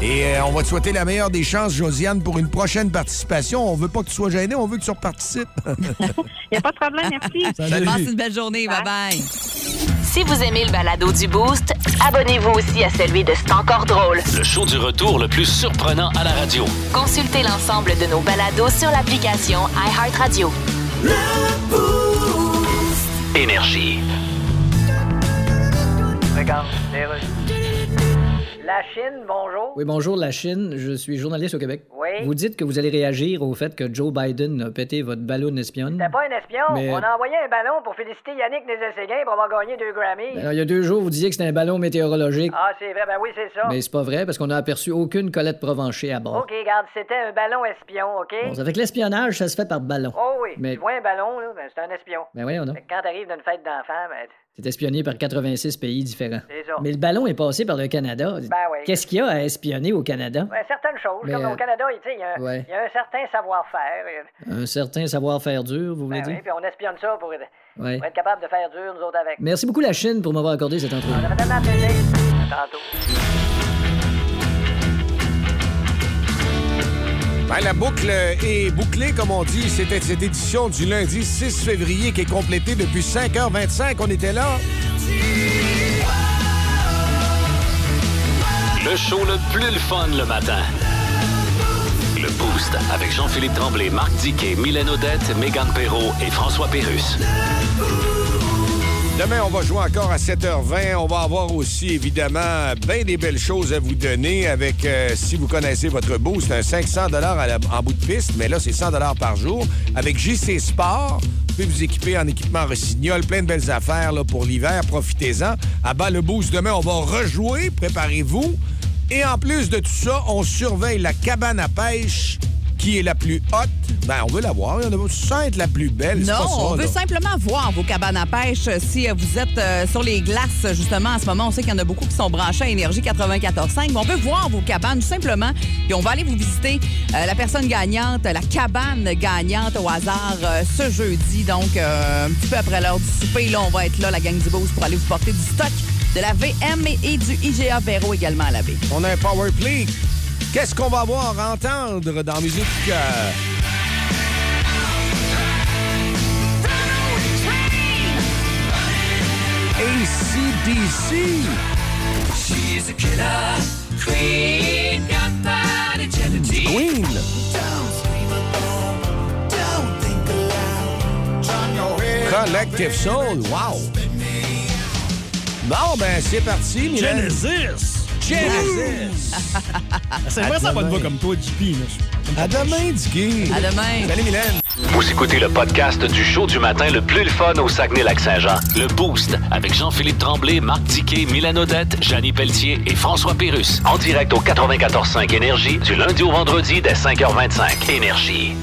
[SPEAKER 3] Et euh, on va te souhaiter la meilleure des chances, Josiane, pour une prochaine participation. On veut pas que tu sois gênée, on veut que tu reparticipes.
[SPEAKER 13] Il n'y a pas de problème, merci.
[SPEAKER 3] Salut. Passe une
[SPEAKER 4] belle journée, bye-bye.
[SPEAKER 1] Si vous aimez le balado du Boost, abonnez-vous aussi à celui de C'est encore drôle.
[SPEAKER 2] Le show du retour le plus surprenant à la radio.
[SPEAKER 1] Consultez l'ensemble de nos balados sur l'application iHeartRadio.
[SPEAKER 2] Énergie.
[SPEAKER 8] Regarde, les La Chine, bonjour.
[SPEAKER 7] Oui, bonjour, la Chine. Je suis journaliste au Québec.
[SPEAKER 8] Oui.
[SPEAKER 7] Vous dites que vous allez réagir au fait que Joe Biden a pété votre ballon espionne.
[SPEAKER 8] C'était pas un espion.
[SPEAKER 7] Mais-
[SPEAKER 8] On a envoyé un ballon pour féliciter Yannick Nézet-Séguin pour avoir gagné deux Grammys.
[SPEAKER 7] Ben, il y a deux jours, vous disiez que c'était un ballon météorologique.
[SPEAKER 8] Ah, c'est vrai, ben oui, c'est ça.
[SPEAKER 7] Mais c'est pas vrai parce qu'on n'a aperçu aucune Colette Provencher à bord.
[SPEAKER 8] OK, garde, c'était un ballon espion, OK?
[SPEAKER 7] Bon, avec l'espionnage, ça se fait par ballon.
[SPEAKER 8] Oh oui,
[SPEAKER 7] Mais-
[SPEAKER 8] tu vois un ballon, là, ben, c'est un espion.
[SPEAKER 7] Ben voyons donc.
[SPEAKER 8] Fait que quand t'arrives d'une fête d'enfants, ben,
[SPEAKER 7] C'est espionné par 86 pays différents.
[SPEAKER 8] C'est ça.
[SPEAKER 7] Mais le ballon est passé par le Canada.
[SPEAKER 8] Ben oui.
[SPEAKER 7] Qu'est-ce qu'il y a à espionner au Canada?
[SPEAKER 8] ben, certaines choses,
[SPEAKER 7] Mais,
[SPEAKER 8] comme
[SPEAKER 7] euh,
[SPEAKER 8] au Canada, il tu sais, il y, a un-
[SPEAKER 7] ouais.
[SPEAKER 8] il y a un certain savoir-faire. et-
[SPEAKER 7] Un certain savoir-faire dur, vous voulez
[SPEAKER 8] Ben oui,
[SPEAKER 7] dire?
[SPEAKER 8] puis on espionne ça pour,
[SPEAKER 7] Ouais.
[SPEAKER 8] pour être capable de faire dur, nous autres, avec.
[SPEAKER 7] Merci beaucoup, la Chine, pour m'avoir accordé cette entrevue.
[SPEAKER 8] Ça fait tellement plaisir. À tantôt.
[SPEAKER 3] Ben, la boucle est bouclée, comme on dit. C'était cette édition du lundi 6 février qui est complétée depuis 5h25. On était là.
[SPEAKER 2] Le show le plus le fun le matin. Le Boost avec Jean-Philippe Tremblay, Marc Diquet, Mylène Odette, Megan Perrault et François Pérus.
[SPEAKER 3] Demain, on va jouer encore à 7h20. On va avoir aussi, évidemment, bien des belles choses à vous donner avec, euh, si vous connaissez votre boost, un 500 à la- en bout de piste, mais là, c'est 100 par jour. Avec JC Sport, vous pouvez vous équiper en équipement rossignol, plein de belles affaires là, pour l'hiver. Profitez-en. À bas le boost, demain, on va rejouer. Préparez-vous. Et en plus de tout ça, on surveille la cabane à pêche qui est la plus haute. Ben, on veut la voir. On veut sans être la plus belle. c'est
[SPEAKER 4] Non,
[SPEAKER 3] pas ça,
[SPEAKER 4] on veut
[SPEAKER 3] là.
[SPEAKER 4] simplement voir vos cabanes à pêche. euh, Si euh, vous êtes euh, sur les glaces, justement, en ce moment, on sait qu'il y en a beaucoup qui sont branchés à Énergie 94.5, mais on peut voir vos cabanes, tout simplement. Puis on va aller vous visiter euh, la personne gagnante, la cabane gagnante au hasard euh, ce jeudi. Donc, euh, un petit peu après l'heure du souper, là, on va être là, la gang du Beauce, pour aller vous porter du stock de la VM et, et du IGA Véro également à la baie.
[SPEAKER 3] On a un power play. Qu'est-ce qu'on va avoir à entendre dans Musique euh, ACDC?
[SPEAKER 12] She's a killer queen, gunpowder gelatine.
[SPEAKER 3] Queen. Collective Soul. Wow. Bon, ben, c'est parti, Mylène.
[SPEAKER 14] Genesis!
[SPEAKER 3] Genesis!
[SPEAKER 14] C'est vrai, ça va te voir comme toi, JP.
[SPEAKER 3] À demain, Dicky.
[SPEAKER 4] À demain.
[SPEAKER 3] Salut, Mylène.
[SPEAKER 2] Vous écoutez le podcast du show du matin le plus le fun au Saguenay-Lac-Saint-Jean. Le Boost avec Jean-Philippe Tremblay, Marc Diquet, Mylène Odette, Janine Pelletier et François Pérus. En direct au 94.5 Énergie du lundi au vendredi dès 5h25. Énergie.